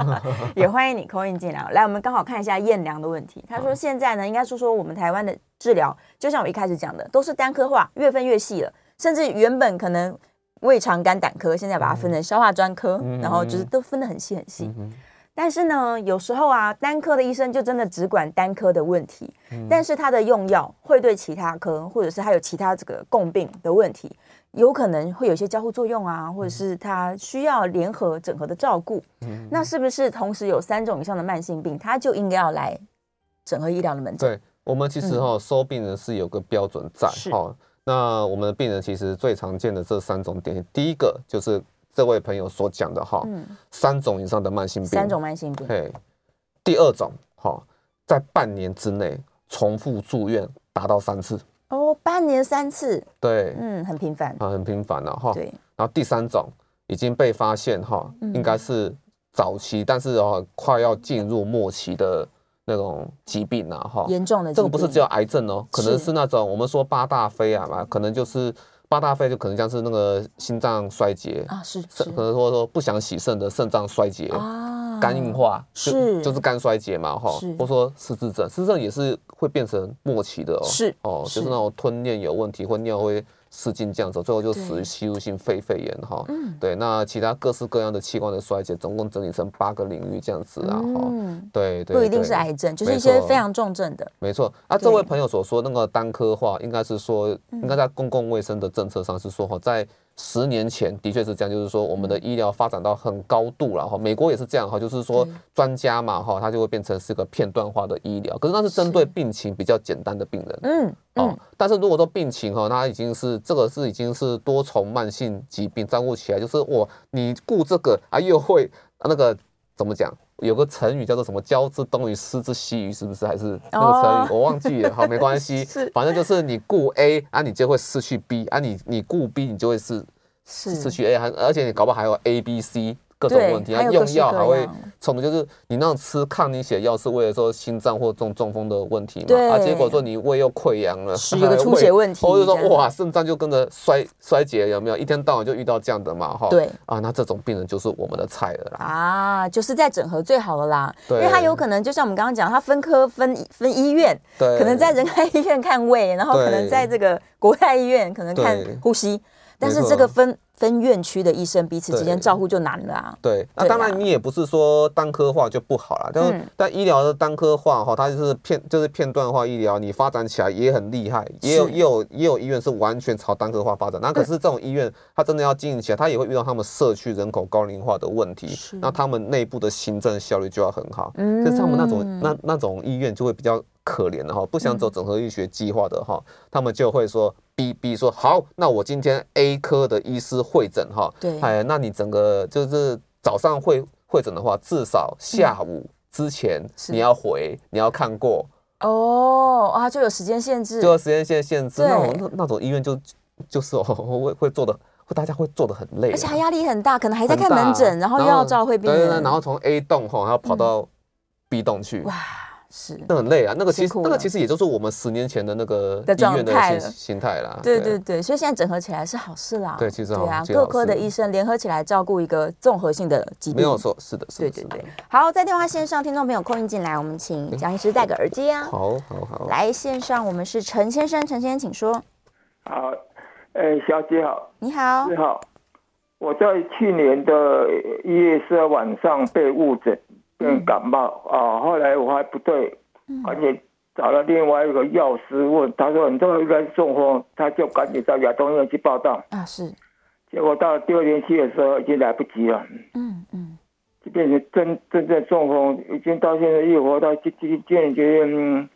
Speaker 2: 也欢迎你 call in 进来。来，我们刚好看一下燕良的问题，他说现在呢，应该说说我们台湾的治疗，就像我一开始讲的，都是单科化，越分越细了，甚至原本可能胃肠肝胆科，现在把它分成消化专科，
Speaker 3: 嗯
Speaker 2: 然后就是都分得很细很细。
Speaker 3: 嗯哼
Speaker 2: 但是呢，有时候啊，单科的医生就真的只管单科的问题，
Speaker 3: 嗯
Speaker 2: 但是他的用药会对其他科，或者是他有其他这个共病的问题，有可能会有一些交互作用啊，
Speaker 3: 嗯
Speaker 2: 或者是他需要联合整合的照顾。那是不是同时有三种以上的慢性病，他就应该要来整合医疗的门诊？
Speaker 3: 对我们其实哈、收病人是有个标准在
Speaker 2: 嗯是
Speaker 3: 哈、哦那我们的病人其实最常见的这三种典型，第一个就是这位朋友所讲的哈，
Speaker 2: 嗯，
Speaker 3: 三种以上的慢性病，
Speaker 2: 三种慢性病，
Speaker 3: 对，第二种哈，在半年之内重复住院达到三次，
Speaker 2: 哦，半年三次，
Speaker 3: 对，
Speaker 2: 嗯，很频繁，
Speaker 3: 啊，很频繁了哈。
Speaker 2: 对，
Speaker 3: 然后第三种已经被发现哈，
Speaker 2: 嗯
Speaker 3: 应该是早期，但是哦快要进入末期的那种疾病了哈。
Speaker 2: 严重的
Speaker 3: 这个不是
Speaker 2: 疾
Speaker 3: 只有
Speaker 2: 病
Speaker 3: 癌症哦，可能
Speaker 2: 是
Speaker 3: 是那种我们说八大非啊嘛，可能就是八大非就可能像是那个心脏衰竭，
Speaker 2: 啊，是
Speaker 3: 肾、
Speaker 2: 是
Speaker 3: 可能说说不想洗肾的肾脏衰竭。
Speaker 2: 啊
Speaker 3: 肝硬化
Speaker 2: 是
Speaker 3: 就就是肝衰竭嘛，哈
Speaker 2: 是，
Speaker 3: 或说失智症，失智症也是会变成末期的哦，
Speaker 2: 是
Speaker 3: 哦，就是是那种吞咽有问题或尿会失禁这样子，最后就死
Speaker 1: 对
Speaker 3: 于吸入性肺肺炎哈。
Speaker 2: 嗯
Speaker 3: 对，那其他各式各样的器官的衰竭，总共整理成八个领域这样子啊，哈。
Speaker 2: 嗯，
Speaker 3: 对对，
Speaker 2: 不一定
Speaker 3: 对
Speaker 2: 是癌症，就是一
Speaker 3: 没
Speaker 2: 些
Speaker 3: 错
Speaker 2: 非常重症的，
Speaker 3: 没错啊，
Speaker 2: 对嗯
Speaker 3: 这位朋友所说那个单科化，应该是说，应该在公共卫生的政策上是说哈，在十年前的确是这样，就是说我们的
Speaker 2: 嗯
Speaker 3: 医疗发展到很高度了哈，美国也是这样哈，就是说
Speaker 2: 对
Speaker 3: 专家嘛哈，他就会变成是个片段化的医疗，可是那是针对病情比较简单的病人。
Speaker 2: 嗯
Speaker 3: 哦
Speaker 2: 嗯，，
Speaker 3: 但是如果说病情哈，它已经是这个是已经是多重慢性疾病，照顾起来就是我你顾这个啊，又会、啊那个怎么讲？有个成语叫做什么“交之东隅，失之西隅”，是不是？还是那个成语、
Speaker 2: 哦
Speaker 3: 我忘记了，好，没 关系
Speaker 2: 是，
Speaker 3: 反正就是你顾 A 啊，你就会失去 B 啊你，你顾 B 你就会失
Speaker 2: 是
Speaker 3: 失去 A，还哎而且你搞不好还有 A、B、C 各
Speaker 2: 嗯
Speaker 3: 种
Speaker 2: 对
Speaker 3: 问题，
Speaker 2: 还
Speaker 3: 啊
Speaker 2: 有各
Speaker 3: 用
Speaker 2: 式
Speaker 3: 药
Speaker 2: 各
Speaker 3: 还会
Speaker 2: 样
Speaker 3: 冲突，就是你那种吃抗凝血药是为了说心脏或中中风的问题嘛，
Speaker 2: 对
Speaker 3: 啊，结果说你胃又溃疡了，
Speaker 2: 是
Speaker 3: 还
Speaker 2: 有个出 血
Speaker 3: 胃
Speaker 2: 问题
Speaker 3: 或者说
Speaker 2: 这样
Speaker 3: 哇肾脏就跟着衰衰竭，有没有？一天到晚就遇到这样的嘛，哈，
Speaker 2: 对
Speaker 3: 啊，那这种病人就是我们的菜了啦，
Speaker 2: 啊，就是在整合最好了啦，因
Speaker 3: 对
Speaker 2: 为它有可能就像我们刚刚讲，它分科分分医院，
Speaker 3: 对，
Speaker 2: 可能在仁爱医院看胃，然后可能
Speaker 3: 对
Speaker 2: 在这个国泰医院可能看
Speaker 3: 对
Speaker 2: 呼吸，但是
Speaker 3: 没错
Speaker 2: 这个分分院区的医生彼此之间
Speaker 3: 对
Speaker 2: 照顾就难了啊。
Speaker 3: 对，那、
Speaker 2: 对
Speaker 3: 当
Speaker 2: 啦
Speaker 3: 然你也不是说单科化就不好啦，但、
Speaker 2: 嗯
Speaker 3: 但医疗的单科化哈，它就是片就是片段化医疗，你发展起来也很厉害，也有
Speaker 2: 是
Speaker 3: 也有也有医院是完全朝单科化发展，那可是这种医院它真的要经营起来，它也会遇到他们社区人口高龄化的问题
Speaker 2: 是，
Speaker 3: 那他们内部的行政效率就要很好，
Speaker 2: 嗯嗯
Speaker 3: 就是他们那种那那种医院就会比较可怜的哈，不想走整合医学计划的哈，他们就会说。逼逼说好，那我今天 A 科的医师会诊哈，
Speaker 2: 对
Speaker 3: 哎，那你整个就是早上会会诊的话，至少下午之前
Speaker 2: 嗯是
Speaker 3: 你要回，你要看过，
Speaker 2: 哦啊，就有时间限制，
Speaker 3: 就时间线限制，那种
Speaker 2: 对
Speaker 3: 那那种医院就就是哦，会会做的，会大家会做的很累啊，
Speaker 2: 而且还压力很大，可能还在
Speaker 3: 很
Speaker 2: 看
Speaker 3: 大
Speaker 2: 门诊，然后又要照会病
Speaker 3: 对对
Speaker 2: 人，嗯
Speaker 3: 对，然后从 A 栋吼，还要跑到 B 栋去，
Speaker 2: 哇是。
Speaker 3: 那很累啊，那个其
Speaker 2: 辛
Speaker 3: 实
Speaker 2: 苦
Speaker 3: 那个
Speaker 2: 了
Speaker 3: 其实也就是我们十年前的那个
Speaker 2: 的
Speaker 3: 医院
Speaker 2: 状态
Speaker 3: 的
Speaker 2: 了
Speaker 3: 心心态啦。
Speaker 2: 对对对，所以现在整合起来是好事啦。
Speaker 3: 啊对其实好
Speaker 2: 对啊，
Speaker 3: 其实
Speaker 2: 各
Speaker 3: 好
Speaker 2: 科的
Speaker 3: 事
Speaker 2: 医生联合起来照顾一个综合性的疾病，
Speaker 3: 没有错，是的，是
Speaker 2: 对
Speaker 3: 的，
Speaker 2: 对
Speaker 3: 是的
Speaker 2: 对，，好，在电话线上，听众朋友空运进来，我们请蒋医师戴个耳机啊。
Speaker 3: 好好好，
Speaker 2: 来线上，我们是陈先生，陈先生请说。
Speaker 4: 好，呃，小姐好，
Speaker 2: 你好
Speaker 4: 你，好，我在去年的一月四号晚上被误诊，变感冒啊、后来我还不对，赶紧找了另外一个药师问，他说你这个应该是中风，他就赶紧到亚东医院去报道，
Speaker 2: 啊是，
Speaker 4: 结果到了第二天去的时候已经来不及了。
Speaker 2: 嗯嗯，
Speaker 4: 就变成真真正中风，已经到现在又活到今今今年就是嗯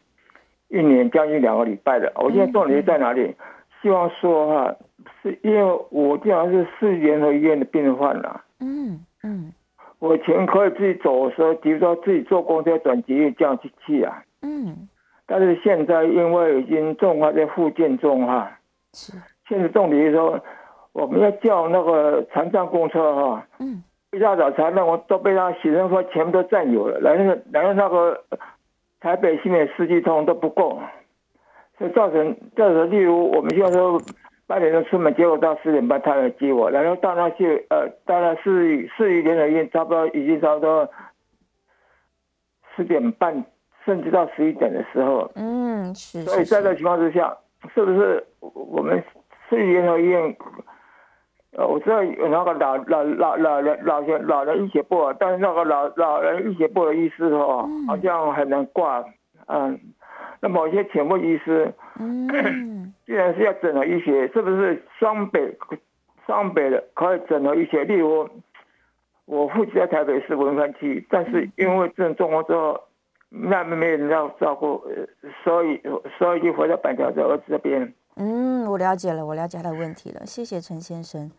Speaker 4: 一年将近两个礼拜了。我现在重点在哪里？希望说哈、是因为我经常是市联合医院的病患啦、
Speaker 2: 嗯嗯
Speaker 4: 我以前可以自己走的时候，比如说自己坐公车转捷运这样去去啊，
Speaker 2: 嗯，
Speaker 4: 但是现在因为已经重化在复健中哈、
Speaker 2: 是，
Speaker 4: 现在重点是说我们要叫那个残障公车哈、
Speaker 2: 嗯
Speaker 4: 一大早才让我都被他洗车车全部都占有了，然后然后那个呃台北新北四季通都不够，所以造成造成，例如我们现在说八点钟出门，结果到十点半他来接我，然后到那去呃到那市市立联合医院，差不多已经差不多十点半，甚至到十一点的时候，
Speaker 2: 嗯是，
Speaker 4: 所以
Speaker 2: 是
Speaker 4: 在这情况之下，是不是我们市联合医院？呃，我知道有那个老老老老人老人老人医学部，但是那个老老人医学部的医师哦，
Speaker 2: 嗯
Speaker 4: 好像很难挂。嗯，那某些请问医师，
Speaker 2: 嗯
Speaker 4: 既然是要整合医学，是不是双北双北的可以整合医学？例如，我父亲在台北市文山区，但是因为这中风之后，那边没人要照顾，呃所以所以就回到板桥在儿子这边。
Speaker 2: 嗯，我了解了，我了解他的问题了，谢谢陈先生。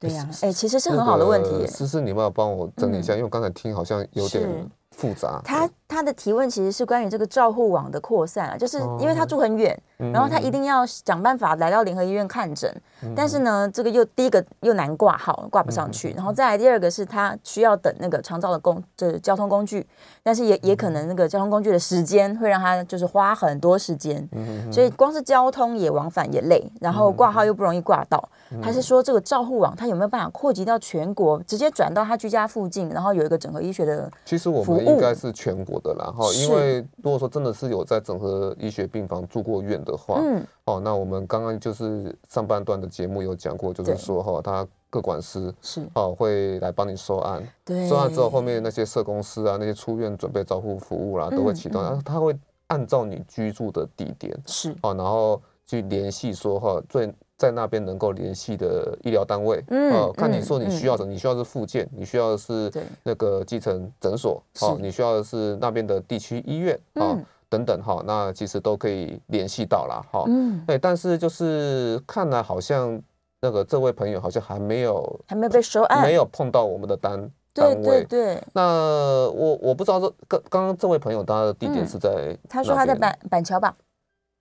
Speaker 2: 对呀、
Speaker 3: 是
Speaker 2: 哎、其实是很好的问题
Speaker 3: 那个
Speaker 2: 耶。嗯
Speaker 3: 思思，你要不要帮我整理一下？因为我刚才听好像有
Speaker 2: 是
Speaker 3: 点复杂。
Speaker 2: 他他的提问其实是关于这个照护网的扩散啊，就是因为他住很远，然后他一定要想办法来到联合医院看诊，但是呢，这个又第一个又难挂号，挂不上去，然后再来第二个是他需要等那个长照的公就是交通工具，但是也也可能那个交通工具的时间会让他就是花很多时间，所以光是交通也往返也累，然后挂号又不容易挂到。还是说这个照护网它有没有办法扩及到全国，直接转到他居家附近，然后有一个整合医学的
Speaker 3: 其实我
Speaker 2: 服
Speaker 3: 们
Speaker 2: 务
Speaker 3: 应该是全国的啦，哈，
Speaker 2: 是
Speaker 3: 因为如果说真的是有在整合医学病房住过院的话，
Speaker 2: 嗯
Speaker 3: 哦，那我们刚刚就是上半段的节目有讲过，就
Speaker 2: 对
Speaker 3: 是说哈，他各管师
Speaker 2: 是
Speaker 3: 哦会来帮你收案，
Speaker 2: 对，
Speaker 3: 收案之后后面那些社工师啊，那些出院准备照护服务啦，都会
Speaker 2: 嗯
Speaker 3: 启动，然后他会按照你居住的地点
Speaker 2: 是
Speaker 3: 哦，然后去联系说哈最。在那边能够联系的医疗单位，
Speaker 2: 嗯
Speaker 3: 哦看你
Speaker 2: 嗯
Speaker 3: 说你需要什么，你需要是附件，你需要是
Speaker 2: 对
Speaker 3: 那个基层诊所，
Speaker 2: 是
Speaker 3: 哦，你需要的是那边的地区医院，哦，
Speaker 2: 嗯
Speaker 3: 等等哈、那其实都可以联系到啦，哈、
Speaker 2: 嗯，
Speaker 3: 对，但是就是看来好像那个这位朋友好像还没有
Speaker 2: 还没有被收案，
Speaker 3: 没有碰到我们的单
Speaker 2: 对
Speaker 3: 单
Speaker 2: 对
Speaker 3: 位。
Speaker 2: 对，
Speaker 3: 那我我不知道这刚刚刚这位朋友他的地点
Speaker 2: 嗯
Speaker 3: 是在
Speaker 2: 他说
Speaker 3: 哪
Speaker 2: 他在
Speaker 3: 边
Speaker 2: 板板桥吧，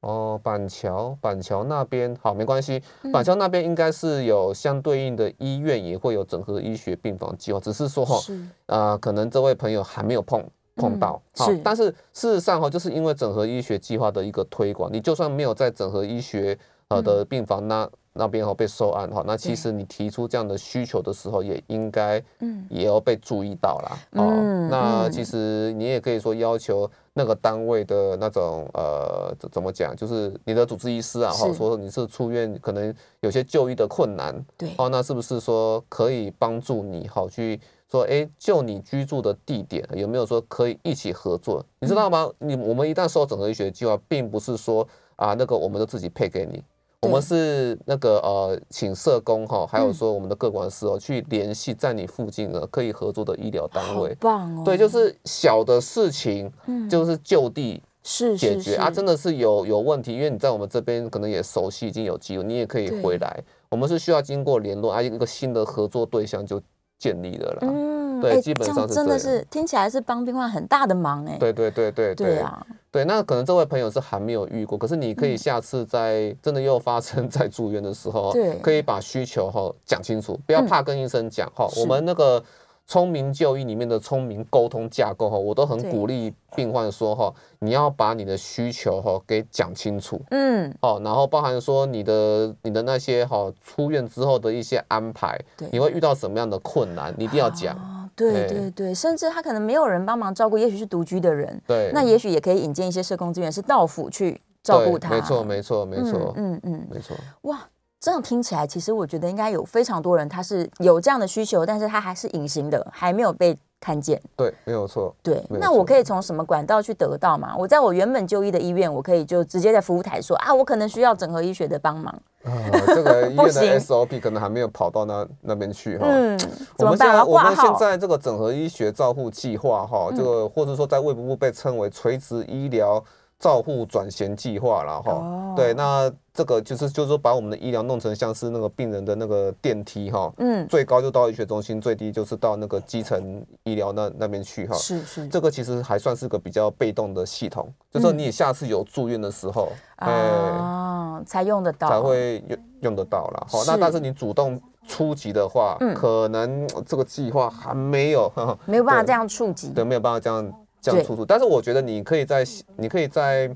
Speaker 3: 哦，板桥，板桥那边好，没关系。板桥那边应该是有相对应的医院，也会有整合医学病房计划，只是说哈，
Speaker 2: 是
Speaker 3: 呃，可能这位朋友还没有碰碰到。
Speaker 2: 嗯
Speaker 3: 好
Speaker 2: 是
Speaker 3: 但是事实上哈，哦就是因为整合医学计划的一个推广，你就算没有在整合医学呃的
Speaker 2: 嗯
Speaker 3: 病房那那边哈哦被收案哈，那其实你提出这样的需求的时候，也应该
Speaker 2: 嗯
Speaker 3: 也要被注意到啦。
Speaker 2: 嗯
Speaker 3: 哦，那
Speaker 2: 嗯
Speaker 3: 其实你也可以说要求那个单位的那种呃怎怎么讲，就是你的主治医师啊，
Speaker 2: 是
Speaker 3: 或者说你是出院可能有些就医的困难，
Speaker 2: 对，
Speaker 3: 哦，那是不是说可以帮助你好去说，哎，就你居住的地点有没有说可以一起合作？你知道吗？你我们一旦收整合医学计划，并不是说啊那个我们都自己配给你。我
Speaker 2: 对嗯
Speaker 3: 们是那个呃，请社工哈，还有说我们的各管师哦，去联系在你附近的可以合作的医疗单
Speaker 2: 好
Speaker 3: 位。
Speaker 2: 棒哦，嗯
Speaker 3: 对，就是小的事情，就是就地
Speaker 2: 是
Speaker 3: 解
Speaker 2: 是
Speaker 3: 决
Speaker 2: 是
Speaker 3: 啊，真的是有有问题，因为你在我们这边可能也熟悉，已经有记录，你也可以
Speaker 2: 对
Speaker 3: 回来。我们是需要经过联络啊，一个新的合作对象就建立了啦。
Speaker 2: 嗯
Speaker 3: 对
Speaker 2: 哎
Speaker 3: 基本
Speaker 2: 这样
Speaker 3: 上是
Speaker 2: 真的
Speaker 3: 这样
Speaker 2: 是听起来是帮病患很大的忙哎，
Speaker 3: 对对对对
Speaker 2: 对啊，嗯
Speaker 3: 对，那可能这位朋友是还没有遇过，可是你可以下次在真的又发生 在住院的时候，
Speaker 2: 对嗯
Speaker 3: 可以把需求哈讲清楚，不要怕跟医生讲哈。
Speaker 2: 是
Speaker 3: 我们那个聪明就医里面的聪明沟通架构哈，我都很
Speaker 2: 对
Speaker 3: 鼓励病患说哈，你要把你的需求哈给讲清楚。
Speaker 2: 嗯
Speaker 3: 哦，然后包含说你的你的那些哈、出院之后的一些安排
Speaker 2: 对，
Speaker 3: 你会遇到什么样的困难，你一定要讲。
Speaker 2: 啊，对
Speaker 3: 对
Speaker 2: 对对，甚至他可能没有人帮忙照顾，也许是独居的人，
Speaker 3: 对，
Speaker 2: 那也许也可以引荐一些社工资源是到府去照顾
Speaker 3: 对
Speaker 2: 他，
Speaker 3: 没错，没错，没错，
Speaker 2: 嗯嗯嗯，
Speaker 3: 没错。
Speaker 2: 哇。这样听起来，其实我觉得应该有非常多人他是有这样的需求，但是他还是隐形的，还没有被看见。
Speaker 3: 对，没有错。
Speaker 2: 对，
Speaker 3: 没有
Speaker 2: 那我
Speaker 3: 错
Speaker 2: 可以从什么管道去得到嘛？我在我原本就医的医院，我可以就直接在服务台说啊，我可能需要整合医学的帮忙。
Speaker 3: 啊，这个医
Speaker 2: 不
Speaker 3: 院
Speaker 2: 行
Speaker 3: 的 SOP 可能还没有跑到那那边去哈。
Speaker 2: 嗯，
Speaker 3: 哦我
Speaker 2: 怎么
Speaker 3: 们现
Speaker 2: 办？我
Speaker 3: 在
Speaker 2: 要
Speaker 3: 我
Speaker 2: 挂
Speaker 3: 们现
Speaker 2: 号。嗯
Speaker 3: 在这个整合医学照护计划哈，这个或者说在卫福部被称为垂直医疗照护转型计划了
Speaker 2: 哦
Speaker 3: 哈。对，那这个就是就是说把我们的医疗弄成像是那个病人的那个电梯哈，
Speaker 2: 嗯，
Speaker 3: 最高就到医学中心，最低就是到那个基层医疗那那边去哈。
Speaker 2: 是是，
Speaker 3: 这个其实还算是个比较被动的系统，就说你下次有住院的时候，哎、
Speaker 2: 啊，才用得到，
Speaker 3: 才会用用得到啦。好，
Speaker 2: 是嗯
Speaker 3: 那但是你主动出击的话，可能呃这个计划还没有，呵呵
Speaker 2: 没有办法
Speaker 3: 对
Speaker 2: 这样触及。
Speaker 3: 对，没有办法这样这样
Speaker 2: 对
Speaker 3: 出出。但是我觉得你可以在你可以在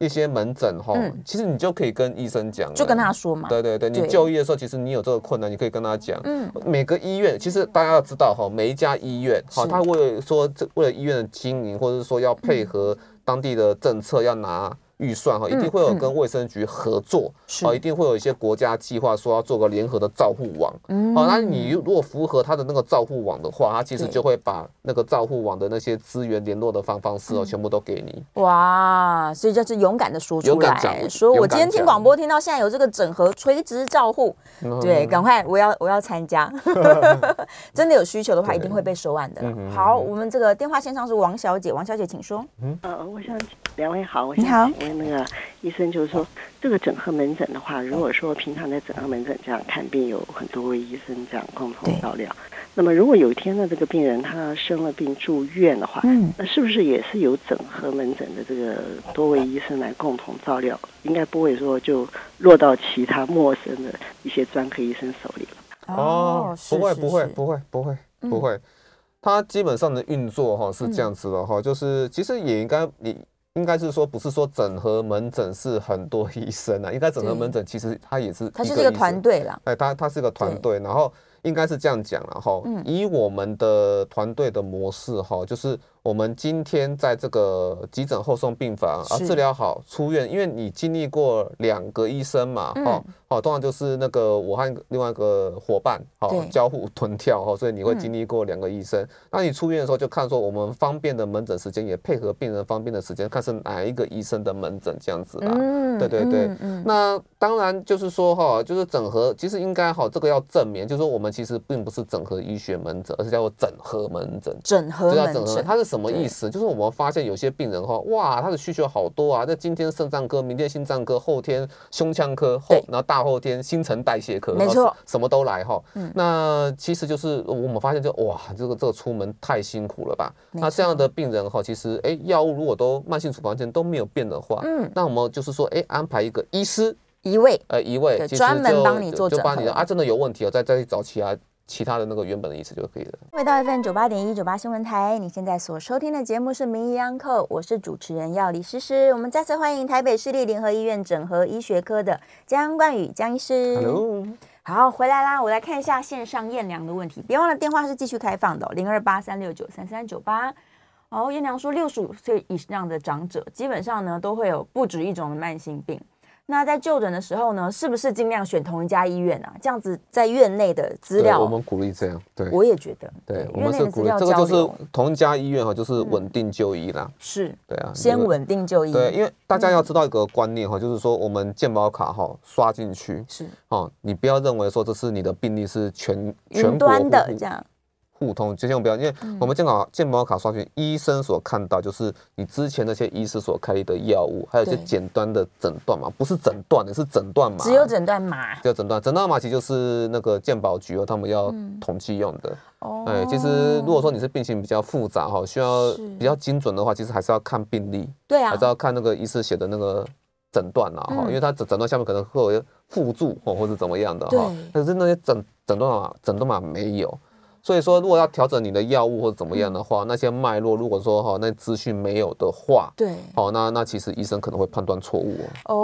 Speaker 3: 一些门诊哈，
Speaker 2: 嗯
Speaker 3: 其实你就可以跟医生讲了，
Speaker 2: 就跟他说嘛。
Speaker 3: 对对对，
Speaker 2: 对
Speaker 3: 你就医的时候，其实你有这个困难，你可以跟他讲。
Speaker 2: 嗯
Speaker 3: 每个医院，其实大家要知道哈，每一家医院，好，
Speaker 2: 是
Speaker 3: 他为了说这为了医院的经营，或者是说要配合
Speaker 2: 嗯
Speaker 3: 当地的政策，要拿预算哈，一定会有跟卫生局合作，
Speaker 2: 是
Speaker 3: 哦、一定会有一些国家计划说要做个联合的照护网。
Speaker 2: 嗯
Speaker 3: 哦，那你如果符合他的那个照护网的话，他其实
Speaker 2: 对
Speaker 3: 就会把那个照护网的那些资源联络的方方
Speaker 2: 嗯
Speaker 3: 式哦，全部都给你。
Speaker 2: 哇，所以就是勇敢的说出
Speaker 3: 勇敢
Speaker 2: 来，
Speaker 3: 讲
Speaker 2: 说
Speaker 3: 勇
Speaker 2: 我今
Speaker 3: 敢
Speaker 2: 天听
Speaker 3: 讲
Speaker 2: 广播听到现在有这个整合垂直照护，
Speaker 3: 嗯
Speaker 2: 对，赶快我要我要参 加， 真的有需求的话一定会被收案的啦。
Speaker 3: 嗯
Speaker 2: 好，我们这个电话线上是王小姐，王小姐请说。
Speaker 5: 呃，我想请两位好，我
Speaker 2: 你
Speaker 5: 想
Speaker 2: 好
Speaker 5: 请问那个医生就说，这个整合门诊的话，如果说平常在整合门诊这样看病，有很多位医生这样共同
Speaker 2: 对
Speaker 5: 照料。那么如果有一天呢，这个病人他生了病住院的话，
Speaker 2: 嗯
Speaker 5: 那是不是也是由整合门诊的这个多位医生来共同照料？应该不会说就落到其他陌生的一些专科医生手里了。
Speaker 3: 哦不会
Speaker 2: 哦是
Speaker 3: 不会
Speaker 2: 是嗯
Speaker 3: 不会不会不会，它基本上的运作哈是这样子的哈，就是其实也应该你。应该是说，不是说整合门诊是很多医生啊，应该整合
Speaker 2: 对
Speaker 3: 门诊其实它也是
Speaker 2: 它
Speaker 3: 一
Speaker 2: 是这个
Speaker 3: 医生
Speaker 2: 团队啦，
Speaker 3: 哎，他他是个团队，然后应该是这样讲了哈
Speaker 2: 嗯。
Speaker 3: 以我们的团队的模式哈，就是我们今天在这个急诊后送病房啊
Speaker 2: 是
Speaker 3: 治疗好出院，因为你经历过两个医生嘛，
Speaker 2: 嗯
Speaker 3: 哈，哦，通常就是那个我和另外一个伙伴
Speaker 2: 对
Speaker 3: 哦交互蹲跳哈，所以你会
Speaker 2: 嗯
Speaker 3: 经历过两个医生。那你出院的时候就看说我们方便的门诊时间，也配合病人方便的时间，看是哪一个医生的门诊这样子啦。
Speaker 2: 嗯
Speaker 3: 对对对
Speaker 2: 嗯嗯
Speaker 3: 那当然就是说哈，就是整合，其实应该哈，这个要证明，就是说我们其实并不是整合医学门诊，而是叫做整合门诊。
Speaker 2: 整合
Speaker 3: 这叫
Speaker 2: 门
Speaker 3: 整合，
Speaker 2: 诊，
Speaker 3: 它是什么意思？就是我们发现有些病人哈，哇，他的需求好多啊，那今天肾脏科，明天心脏科，后天胸腔科，后
Speaker 2: 对
Speaker 3: 然后大后天新陈代谢科，
Speaker 2: 没
Speaker 3: 然后
Speaker 2: 错
Speaker 3: 什么都来哈。
Speaker 2: 嗯
Speaker 3: 那其实就是我们发现就哇，这个这个出门太辛苦了吧？
Speaker 2: 没
Speaker 3: 那这
Speaker 2: 错
Speaker 3: 样的病人哈，其实哎，药物如果都慢性处方前都没有变的话，
Speaker 2: 嗯，
Speaker 3: 那我们就是说哎，安排一个医师
Speaker 2: 一位
Speaker 3: 呃一位
Speaker 2: 对
Speaker 3: 其实
Speaker 2: 专门
Speaker 3: 就
Speaker 2: 帮你做
Speaker 3: 就
Speaker 2: 整
Speaker 3: 帮你
Speaker 2: 合
Speaker 3: 啊，真的有问题哦，再再去找其他其他的那个原本的医师就可以了。
Speaker 2: 回到 FM 九八点一九八新闻台，你现在所收听的节目是《名医央叩》，我是主持人药理诗诗。我们再次欢迎台北市立联合医院整合医学科的江冠宇江医师。
Speaker 3: Hello。
Speaker 2: 好，回来啦！我来看一下线上燕良的问题，别忘了电话是继续开放的、哦，零二八三六九三三九八。哦，燕良说，六十五岁以上的长者基本上呢都会有不止一种的慢性病。那在就诊的时候呢，是不是尽量选同一家医院啊？这样子在院内的资
Speaker 3: 对
Speaker 2: 料哦、
Speaker 3: 我们鼓励这样，对，
Speaker 2: 我也觉得，
Speaker 3: 对，我
Speaker 2: 院
Speaker 3: 们
Speaker 2: 内
Speaker 3: 是
Speaker 2: 的资
Speaker 3: 鼓励
Speaker 2: 料
Speaker 3: 这个
Speaker 2: 交
Speaker 3: 就是
Speaker 2: 流
Speaker 3: 同一家医院哈，就是稳定就医啦，
Speaker 2: 是
Speaker 3: 对啊，
Speaker 2: 先
Speaker 3: 因为
Speaker 2: 稳嗯定就医，
Speaker 3: 对，因为大家要知道一个观念哈，就是说我们健保卡哈刷进去
Speaker 2: 是
Speaker 3: 哦，你不要认为说这是你的病例是全全
Speaker 2: 云
Speaker 3: 国
Speaker 2: 端的
Speaker 3: 互
Speaker 2: 这样，
Speaker 3: 互通，千万不要，因为我
Speaker 2: 嗯
Speaker 3: 们健保健保卡刷去，医生所看到就是你之前那些医师所开立的药物，还有一些
Speaker 2: 对
Speaker 3: 简单的诊断嘛，不是诊断的，是诊断码，
Speaker 2: 只有诊断码
Speaker 3: 只有诊断，诊断码其实就是那个健保局哦，他们要统计用的。
Speaker 2: 嗯哦
Speaker 3: 哎，其实如果说你是病情比较复杂哈，需要
Speaker 2: 是
Speaker 3: 比较精准的话，其实还是要看病例，
Speaker 2: 对啊
Speaker 3: 还是，要看那个医师写的那个诊断啦哈，
Speaker 2: 嗯
Speaker 3: 因为他诊诊断下面可能会有附注哦，或是怎么样的哈
Speaker 2: 对，
Speaker 3: 但是那些诊诊断码诊断码没有。所以说，如果要调整你的药物或者怎么样的
Speaker 2: 嗯
Speaker 3: 话，那些脉络如果说哈那资讯没有的话，
Speaker 2: 对
Speaker 3: 哦，那那其实医生可能会判断错误哦。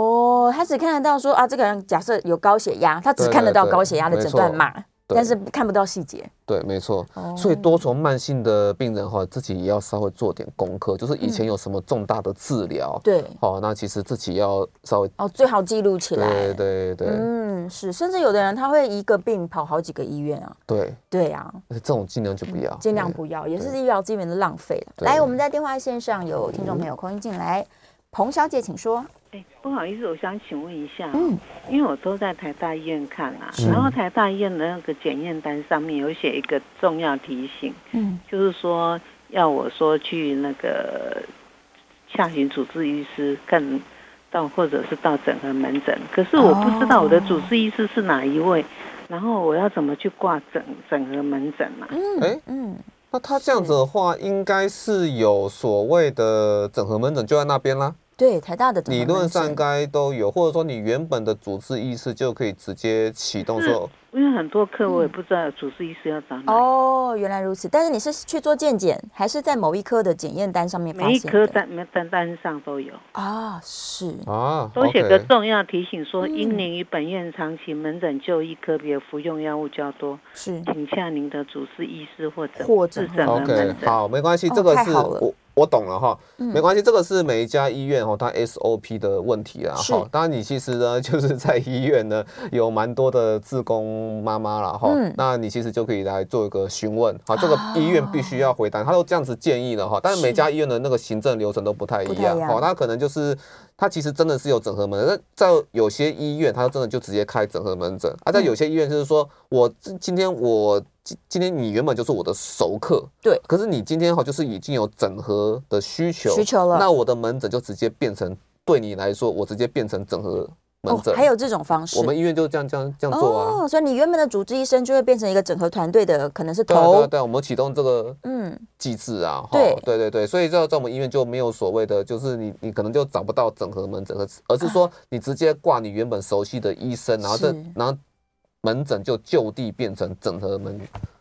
Speaker 2: 哦，他只看得到说啊，这个人假设有高血压，他只
Speaker 3: 对
Speaker 2: 看得
Speaker 3: 对
Speaker 2: 到
Speaker 3: 对
Speaker 2: 高血压的
Speaker 3: 没
Speaker 2: 诊断
Speaker 3: 错
Speaker 2: 码，
Speaker 3: 对
Speaker 2: 但是看不到细节，
Speaker 3: 对，没错。
Speaker 2: 哦
Speaker 3: 所以多重慢性的病人哈，自己也要稍微做点功课，就是以前有什么重大的治疗，
Speaker 2: 嗯对，
Speaker 3: 哦，那其实自己要稍微，
Speaker 2: 哦，最好记录起来，
Speaker 3: 对对对、
Speaker 2: 嗯，是，甚至有的人他会一个病跑好几个医院啊，
Speaker 3: 对，
Speaker 2: 对啊，
Speaker 3: 这种尽量就不要，
Speaker 2: 尽量
Speaker 3: 啊对。
Speaker 2: 不要，也是医疗资源的浪费了。
Speaker 3: 对嗯
Speaker 2: 来，我们在电话线上有听众朋友空音进来，彭小姐请说，
Speaker 5: 哎，不好意思，我想请问一下，
Speaker 2: 嗯，
Speaker 5: 因为我都在台大医院看啊，
Speaker 3: 是
Speaker 5: 然后台大医院的那个检验单上面有写一个重要提醒，
Speaker 2: 嗯，
Speaker 5: 就是说要我说去那个下询主治医师看到，或者是到整合门诊，可是我不知道我的主治医师是哪一位，然后我要怎么去挂整整合门诊啊？
Speaker 3: 哎，
Speaker 2: 嗯，
Speaker 3: 那他这样子的话，应该是有所谓的整合门诊就在那边啦，
Speaker 2: 对，台大的整合
Speaker 3: 理论
Speaker 2: 门
Speaker 3: 上
Speaker 2: 诊
Speaker 3: 应该都有，或者说你原本的主治医师就可以直接启动说，
Speaker 5: 因为很多课我也不知道主治医师要找哪一位
Speaker 2: 嗯哦，原来如此。但是你是去做健检，还是在某一科的检验单上面发
Speaker 5: 每一
Speaker 2: 现的？
Speaker 5: 科单每单单上都有，
Speaker 2: 啊，是
Speaker 3: 啊，
Speaker 5: 都写个
Speaker 3: OK
Speaker 5: 重要提醒说，
Speaker 2: 嗯
Speaker 5: 因您于本院长期门诊就医科别服用药物较多，
Speaker 2: 是，
Speaker 5: 请洽您的主治医师或者
Speaker 2: 或者
Speaker 5: 是诊门
Speaker 3: OK，
Speaker 5: 诊。
Speaker 3: 好，没关系，
Speaker 2: 哦
Speaker 3: 这个
Speaker 2: 太
Speaker 3: 是
Speaker 2: 好了
Speaker 3: 我我懂了哈，
Speaker 2: 嗯
Speaker 3: 没关系，这个是每一家医院哦，它 SOP 的问题啦
Speaker 2: 是
Speaker 3: 哈。当然，你其实呢，就是在医院呢有蛮多的志工妈妈啦哈
Speaker 2: 嗯，啊
Speaker 3: 那你其实就可以来做一个询问，好，这个医院必须要回答，他都这样子建议了哈。但是每家医院的那个行政流程都不太
Speaker 2: 不
Speaker 3: 一
Speaker 2: 太
Speaker 3: 样
Speaker 2: 一，样
Speaker 3: 好，那可能就是。它其实真的是有整合门诊，那在有些医院，它真的就直接开整合门诊；啊，
Speaker 2: 嗯
Speaker 3: 在有些医院就是说，我今今天我今今天你原本就是我的熟客，
Speaker 2: 对
Speaker 3: 可是你今天哈就是已经有整合的需求
Speaker 2: 需求了
Speaker 3: 那我的门诊就直接变成。对你来说，我直接变成整合门诊。
Speaker 2: 哦还有这种方式，
Speaker 3: 我们医院就这样这样这样做啊。
Speaker 2: 哦，所以你原本的主治医生就会变成一个整合团队的，可能是
Speaker 3: 对啊，对啊，
Speaker 2: 头，
Speaker 3: 对啊，我们启动这个
Speaker 2: 嗯，
Speaker 3: 机制啊，哈
Speaker 2: 对
Speaker 3: 对对对，所以在在我们医院就没有所谓的，就是你你可能就找不到整合门诊和，而是说你直接挂你原本熟悉的医生，然后这
Speaker 2: 啊是
Speaker 3: 然后门诊就就地变成整合门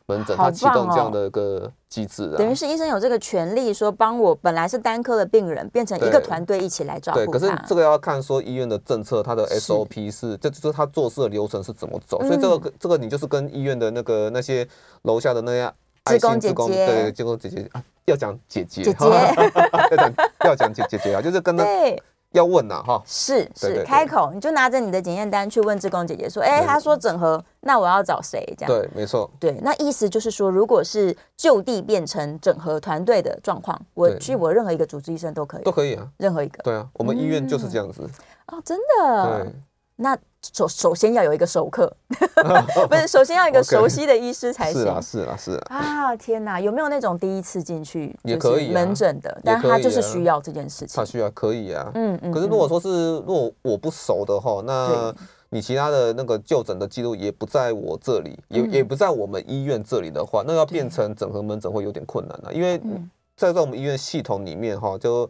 Speaker 3: 门诊，
Speaker 2: 好
Speaker 3: 它启
Speaker 2: 棒
Speaker 3: 动这
Speaker 2: 哦
Speaker 3: 样的一个机制啊。
Speaker 2: 等于是医生有这个权利说帮我本来是单科的病人变成一个
Speaker 3: 对
Speaker 2: 团队一起来照
Speaker 3: 对，
Speaker 2: 顾
Speaker 3: 可是
Speaker 2: 他。
Speaker 3: 这个要看说医院的政策，它的
Speaker 2: 是
Speaker 3: SOP 是，这就是他做事的流程是怎么走，所以这
Speaker 2: 嗯
Speaker 3: 个这个你就是跟医院的那个那些楼下的那些爱
Speaker 2: 志工
Speaker 3: 心
Speaker 2: 姐
Speaker 3: 志工，
Speaker 2: 姐
Speaker 3: 对对，志工姐姐啊，要讲姐姐，
Speaker 2: 姐姐
Speaker 3: 要讲要讲姐姐姐啊，就是跟他
Speaker 2: 对，
Speaker 3: 要问呐哈，
Speaker 2: 是
Speaker 3: 对
Speaker 2: 是
Speaker 3: 对
Speaker 2: 开口，你就拿着你的检验单去问志工姐姐说，哎，
Speaker 3: 对
Speaker 2: 他说整合，那我要找谁？这样
Speaker 3: 对，没错，
Speaker 2: 对，那意思就是说，如果是就地变成整合团队的状况，我
Speaker 3: 对
Speaker 2: 去我任何一个主治医生都可以
Speaker 3: 都，可以啊，
Speaker 2: 任何一个
Speaker 3: 对啊，我们医院就是这样子，
Speaker 2: 哦，真的
Speaker 3: 对。，
Speaker 2: 那首首先要有一个熟客，哦 不是，首先要有一个
Speaker 3: OK
Speaker 2: 熟悉的医师才
Speaker 3: 是
Speaker 2: 行
Speaker 3: 啊。是啊是啊，
Speaker 2: 啊天哪，有没有那种第一次进去
Speaker 3: 也
Speaker 2: 就是
Speaker 3: 可以啊
Speaker 2: 门诊的，但
Speaker 3: 可
Speaker 2: 他就是
Speaker 3: 以啊
Speaker 2: 需要这件事情
Speaker 3: 他。需要可以啊，
Speaker 2: 嗯嗯
Speaker 3: 可是如果
Speaker 2: 嗯
Speaker 3: 说是如果我不熟的话，那
Speaker 2: 对
Speaker 3: 你其他的那个就诊的记录也不在我这里，也、
Speaker 2: 嗯
Speaker 3: 也不在我们医院这里的话，那要变成整合门诊会有点困难了、因为
Speaker 2: 嗯
Speaker 3: 在在我们医院系统里面哈，就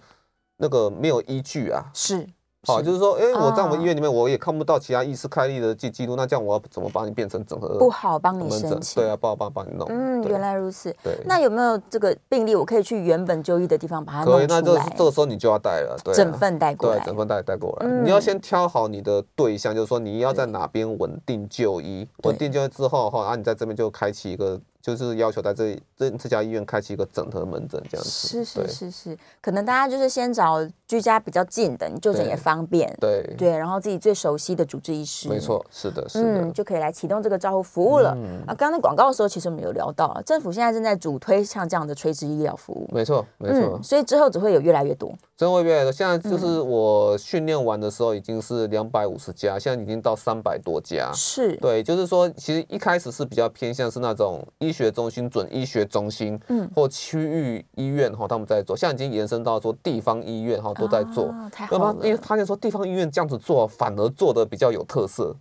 Speaker 3: 那个没有依据啊。
Speaker 2: 是
Speaker 3: 好，就是说，哎、我在我
Speaker 2: 啊
Speaker 3: 们医院里面，我也看不到其他医师开立的记记录，那这样我要怎么把你变成整合
Speaker 2: 不好帮你
Speaker 3: 门
Speaker 2: 申
Speaker 3: 诊？
Speaker 2: 请。
Speaker 3: 对啊，不好帮帮你弄。
Speaker 2: 嗯，
Speaker 3: 对
Speaker 2: 原来如此。
Speaker 3: 对，
Speaker 2: 那有没有这个病例，我可以去原本就医的地方把它
Speaker 3: 可以，
Speaker 2: 弄
Speaker 3: 那
Speaker 2: 出
Speaker 3: 这个
Speaker 2: 来
Speaker 3: 是，这个时候你就要带了，对啊、
Speaker 2: 整份带过
Speaker 3: 对，
Speaker 2: 来？
Speaker 3: 整份带带过来。
Speaker 2: 嗯
Speaker 3: 你要先挑好你的对象，就是说你要在
Speaker 2: 对
Speaker 3: 哪边稳定就医，
Speaker 2: 对
Speaker 3: 稳定就医之后哈，然后你在这边就开启一个，就是要求在这里这这家医院开启一个整合门诊这样子。
Speaker 2: 是是是是，可能大家就是先找居家比较近的，你就诊也
Speaker 3: 对
Speaker 2: 方便，
Speaker 3: 对对，
Speaker 2: 对，然后自己最熟悉的主治医师，
Speaker 3: 没错，是的，是
Speaker 2: 嗯，
Speaker 3: 的，嗯
Speaker 2: 就可以来启动这个照护服务了。啊，刚刚在广告的时候，其实我们有聊到啊，政府现在正在主推像这样的垂直医疗服务，
Speaker 3: 没错，没错
Speaker 2: 嗯，。所以之后只会有越来越多。
Speaker 3: 真会越来越多。现在就是我训练完的时候已经是两百五十家，现在已经到三百多家。
Speaker 2: 是，
Speaker 3: 啊对，就是说，其实一开始是比较偏向是那种医学中心、准医学中心，
Speaker 2: 嗯
Speaker 3: 嗯，或区域医院哈，他们在做，现在已经延伸到说地方医院哈都在做。
Speaker 2: 啊太
Speaker 3: 那
Speaker 2: 好
Speaker 3: 么，因为
Speaker 2: 了。
Speaker 3: 发现说地方医院这样子做，反而做的比较有特色。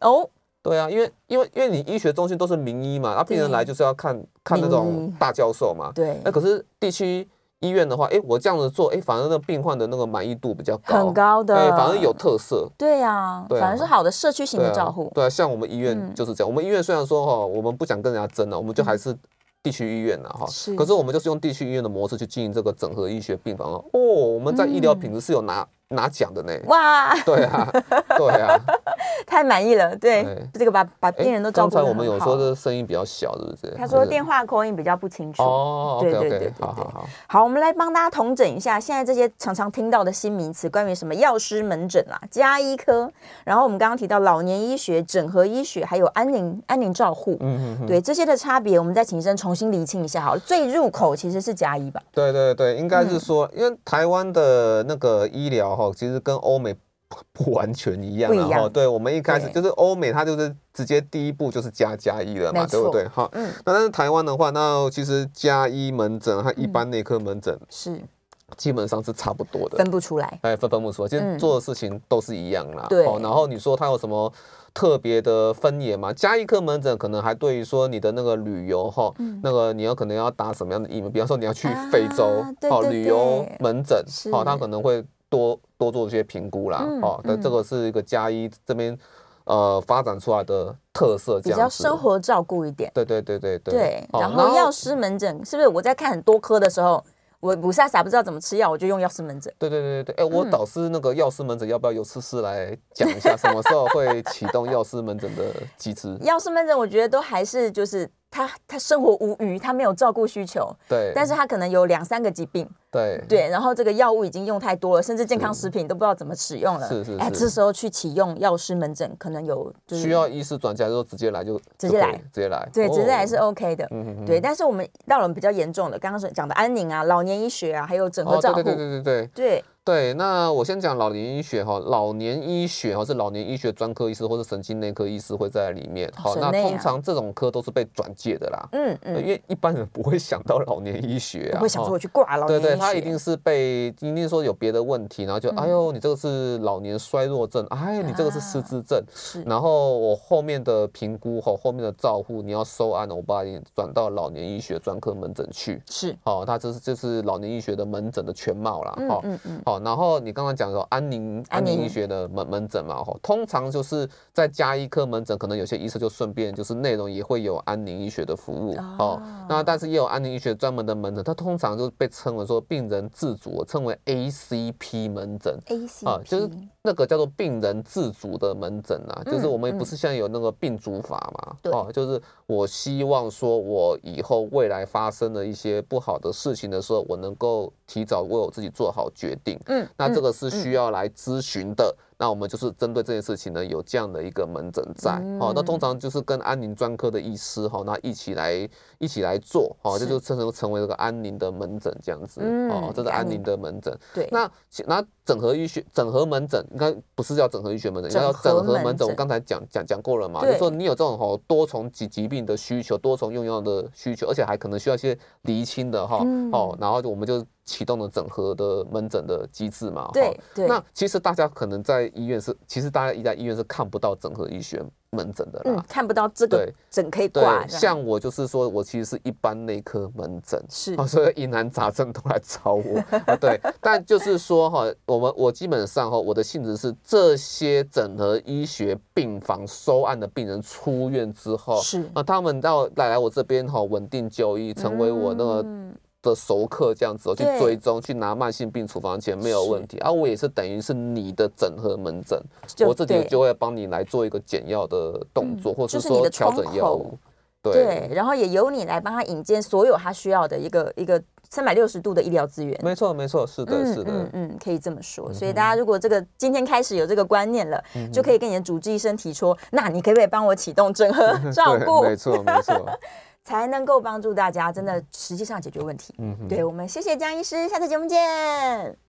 Speaker 2: 哦，
Speaker 3: 对啊，因为因为因为你医学中心都是名医嘛，啊，病人
Speaker 2: 对
Speaker 3: 来就是要看看那
Speaker 2: 名
Speaker 3: 种
Speaker 2: 医
Speaker 3: 大教授嘛。
Speaker 2: 对
Speaker 3: 那，可是地区医院的话，哎，我这样子做，哎，反而那个病患的那个满意度比较高，
Speaker 2: 很高的，
Speaker 3: 对，反而有特色。
Speaker 2: 对呀，
Speaker 3: 对啊
Speaker 2: 反而是好的社区型
Speaker 3: 对
Speaker 2: 的
Speaker 3: 啊，
Speaker 2: 照护。
Speaker 3: 对啊，像我们
Speaker 2: 嗯
Speaker 3: 医院就是这样。我们医院虽然说哈，我们不想跟人家争了，啊我们就还是地区医院了啊哈。
Speaker 2: 是
Speaker 3: 可是我们就是用地区医院的模式去经营这个整合医学病房哦。哦，我们在医疗
Speaker 2: 嗯
Speaker 3: 品质是有拿拿奖的呢。
Speaker 2: 哇，
Speaker 3: 对啊，对啊。
Speaker 2: 太满意了，对
Speaker 3: 对，哎
Speaker 2: 这个把把 病人都照
Speaker 3: 刚
Speaker 2: 顾得很
Speaker 3: 才
Speaker 2: 好。啊
Speaker 3: 我们有说这声音比较小，是不是？
Speaker 2: 他说
Speaker 3: 还是
Speaker 2: 电话口音比较不清楚。
Speaker 3: 哦
Speaker 2: 对
Speaker 3: ，OK
Speaker 2: 对对
Speaker 3: OK，
Speaker 2: 对
Speaker 3: 好好
Speaker 2: 对
Speaker 3: 好，
Speaker 2: 好，我们来帮大家统整一下现在这些常常听到的新名词，关于什么药师门诊啦、加医科，然后我们刚刚提到老年医学、整合医学，还有安宁安宁照护，
Speaker 3: 嗯嗯嗯，
Speaker 2: 对这些的差别，我们再请医生重新厘清一下好了。最入口其实是加医吧？
Speaker 3: 对对对，应该
Speaker 2: 嗯
Speaker 3: 是说，因为台湾的那个医疗哈，其实跟欧美不不完全一样
Speaker 2: 不一
Speaker 3: 啊，然后
Speaker 2: 样
Speaker 3: 对我们一开始
Speaker 2: 对
Speaker 3: 就是欧美，它就是直接第一步就是加加医了
Speaker 2: 没
Speaker 3: 嘛，对不
Speaker 2: 错
Speaker 3: 对？哈，
Speaker 2: 嗯
Speaker 3: 那但是台湾的话，那其实加医门诊和一
Speaker 2: 嗯
Speaker 3: 般内科门诊
Speaker 2: 是
Speaker 3: 基本上是差不多的
Speaker 2: 分，不出来，
Speaker 3: 哎，分分不出来，其实
Speaker 2: 嗯
Speaker 3: 做的事情都是一样啦。
Speaker 2: 对
Speaker 3: 哦然后你说它有什么特别的分野吗？加医科门诊可能还对于说你的那个旅游哈，
Speaker 2: 嗯
Speaker 3: 那个你有可能要打什么样的疫苗，比方说你要去非洲
Speaker 2: 啊，对对
Speaker 3: 旅游
Speaker 2: 对
Speaker 3: 门诊
Speaker 2: 是，
Speaker 3: 哦，它可能会多多做一些评估啦
Speaker 2: 嗯。
Speaker 3: 哦，但这个是一个加医这边呃发展出来的特色，
Speaker 2: 比
Speaker 3: 这
Speaker 2: 较
Speaker 3: 样子
Speaker 2: 生。活照顾一点。
Speaker 3: 对对对对对
Speaker 2: 对，
Speaker 3: 哦
Speaker 2: 然后药师门诊是不是我在看很多科的时候，我不傻傻不知道怎么吃药，我就用药师门诊。
Speaker 3: 对对对对对，哎、
Speaker 2: 嗯
Speaker 3: 我导师那个药师门诊要不要由思思来讲一下，什么时候会启动药师门诊的机制？
Speaker 2: 药师门诊我觉得都还是就是他他生活无余，他没有照顾需求，
Speaker 3: 对，
Speaker 2: 但是他可能有两三个疾病，
Speaker 3: 对
Speaker 2: 对，然后这个药物已经用太多了，甚至健康食品都不知道怎么使用了，
Speaker 3: 是是
Speaker 2: 哎，
Speaker 3: 是
Speaker 2: 这时候去启用药师门诊可能有就是
Speaker 3: 需要医师转介之后直接来就
Speaker 2: 直接来
Speaker 3: 就可以直接来，
Speaker 2: 对，
Speaker 3: 哦
Speaker 2: 直接还是 OK 的，
Speaker 3: 嗯嗯嗯
Speaker 2: 对，但是我们到了比较严重的，刚刚所讲的安宁啊、老年医学啊，还有整合
Speaker 3: 哦，
Speaker 2: 照
Speaker 3: 对
Speaker 2: 顾，
Speaker 3: 对对对对对
Speaker 2: 对
Speaker 3: 对，那我先讲老年医学哈，老年医学哈是老年医学专科医师或是神经内科医师会在里面。好、
Speaker 2: 神
Speaker 3: 那
Speaker 2: 内
Speaker 3: 通
Speaker 2: 啊
Speaker 3: 常这种科都是被转介的啦，
Speaker 2: 嗯
Speaker 3: 呃
Speaker 2: 嗯，
Speaker 3: 因为一般人不会想到老年医学啊，
Speaker 2: 我会想说
Speaker 3: 哈
Speaker 2: 我去挂老
Speaker 3: 对
Speaker 2: 年
Speaker 3: 对，
Speaker 2: 医
Speaker 3: 他一
Speaker 2: 学
Speaker 3: 定是被一定说有别的问题，
Speaker 2: 嗯
Speaker 3: 然后就、哎呦，你这个是老年衰弱症，哎，你这个是失智症，
Speaker 2: 啊是
Speaker 3: 然后我后面的评估后，后面的照护你要收案，我把你转到老年医学专科门诊去。
Speaker 2: 是，
Speaker 3: 好、哦，它这是这是老年医学的门诊的全貌啦。
Speaker 2: 嗯
Speaker 3: 哦
Speaker 2: 嗯嗯，
Speaker 3: 好、然后你刚刚讲的安宁
Speaker 2: 安
Speaker 3: 安
Speaker 2: 宁
Speaker 3: 宁医学的门门诊嘛，吼，通常就是在加医科门诊，可能有些医生就顺便就是内容也会有安宁医学的服务
Speaker 2: 哦
Speaker 3: 哦。那但是也有安宁医学专门的门诊，它通常就被称为说病人自主，称为 ACP 门诊。
Speaker 2: A C
Speaker 3: 啊，就是那个叫做病人自主的门诊啊，就是
Speaker 2: 嗯
Speaker 3: 我们不
Speaker 2: 嗯
Speaker 3: 是现在有那个病主法嘛？
Speaker 2: 对
Speaker 3: 哦，就是我希望说，我以后未来发生了一些不好的事情的时候，我能够提早为我自己做好决定。
Speaker 2: 嗯，
Speaker 3: 那这
Speaker 2: 嗯
Speaker 3: 个是需要来咨询的。那我们就是针对这件事情呢，有这样的一个门诊在、
Speaker 2: 嗯
Speaker 3: 哦。那通常就是跟安宁专科的医师哈、哦，那一起来一起来做哦，这
Speaker 2: 是
Speaker 3: 就成成为这个安宁的门诊这样子、哦
Speaker 2: 嗯，
Speaker 3: 这是
Speaker 2: 安
Speaker 3: 安
Speaker 2: 宁
Speaker 3: 宁的门诊。
Speaker 2: 对，
Speaker 3: 那其那整合医学整合门诊应该不是叫整合医学门诊，应该叫
Speaker 2: 整合
Speaker 3: 整合
Speaker 2: 门
Speaker 3: 门
Speaker 2: 诊
Speaker 3: 诊。我刚才讲讲讲过了嘛，
Speaker 2: 对
Speaker 3: 就说你有这种吼多重疾疾病的需求，多重用药的需求，而且还可能需要一些厘清的哈、
Speaker 2: 嗯
Speaker 3: 哦，然后就我们就启动了整合的门诊的机制嘛。哈
Speaker 2: 对对，
Speaker 3: 那其实大家可能在医院是，其实大家一在医院是看不到整合医学门诊的啦。
Speaker 2: 嗯看不到这个
Speaker 3: 对
Speaker 2: 整可以
Speaker 3: 对
Speaker 2: 挂，，
Speaker 3: 像我就是说，我其实是一般内科门诊，
Speaker 2: 是
Speaker 3: 啊，所以疑难杂症都来找我啊。对，但就是说哈，我们我基本上哈，我的性质是这些整合医学病房收案的病人出院之后，
Speaker 2: 是
Speaker 3: 啊，他们到来来我这边哈稳定就医，成为我那个。
Speaker 2: 嗯
Speaker 3: 的熟客这样子哦，去
Speaker 2: 对
Speaker 3: 追踪，去拿慢性病处方前没有问题啊。我也是等于是你的整合门诊，
Speaker 2: 就
Speaker 3: 我自己
Speaker 2: 对
Speaker 3: 就会帮你来做一个简要的动作，
Speaker 2: 嗯
Speaker 3: 或
Speaker 2: 就是是你
Speaker 3: 说
Speaker 2: 的
Speaker 3: 调整
Speaker 2: 窗
Speaker 3: 药
Speaker 2: 口
Speaker 3: 物。
Speaker 2: 对，然后也由你来帮他引荐所有他需要的一个一个三百六十度的医疗资源。
Speaker 3: 没错，没错，是的，是的，
Speaker 2: 嗯嗯，可以这么说。所以大家如果这个今天开始有这个观念了，
Speaker 3: 嗯
Speaker 2: 就可以跟你的主治医生提出，那你可不可以帮我启动整合照
Speaker 3: 对
Speaker 2: 顾，
Speaker 3: 没错，没错，
Speaker 2: 才能够帮助大家真的实际上解决问题。
Speaker 3: 嗯哼
Speaker 2: 对我们谢谢江医师，下次节目见。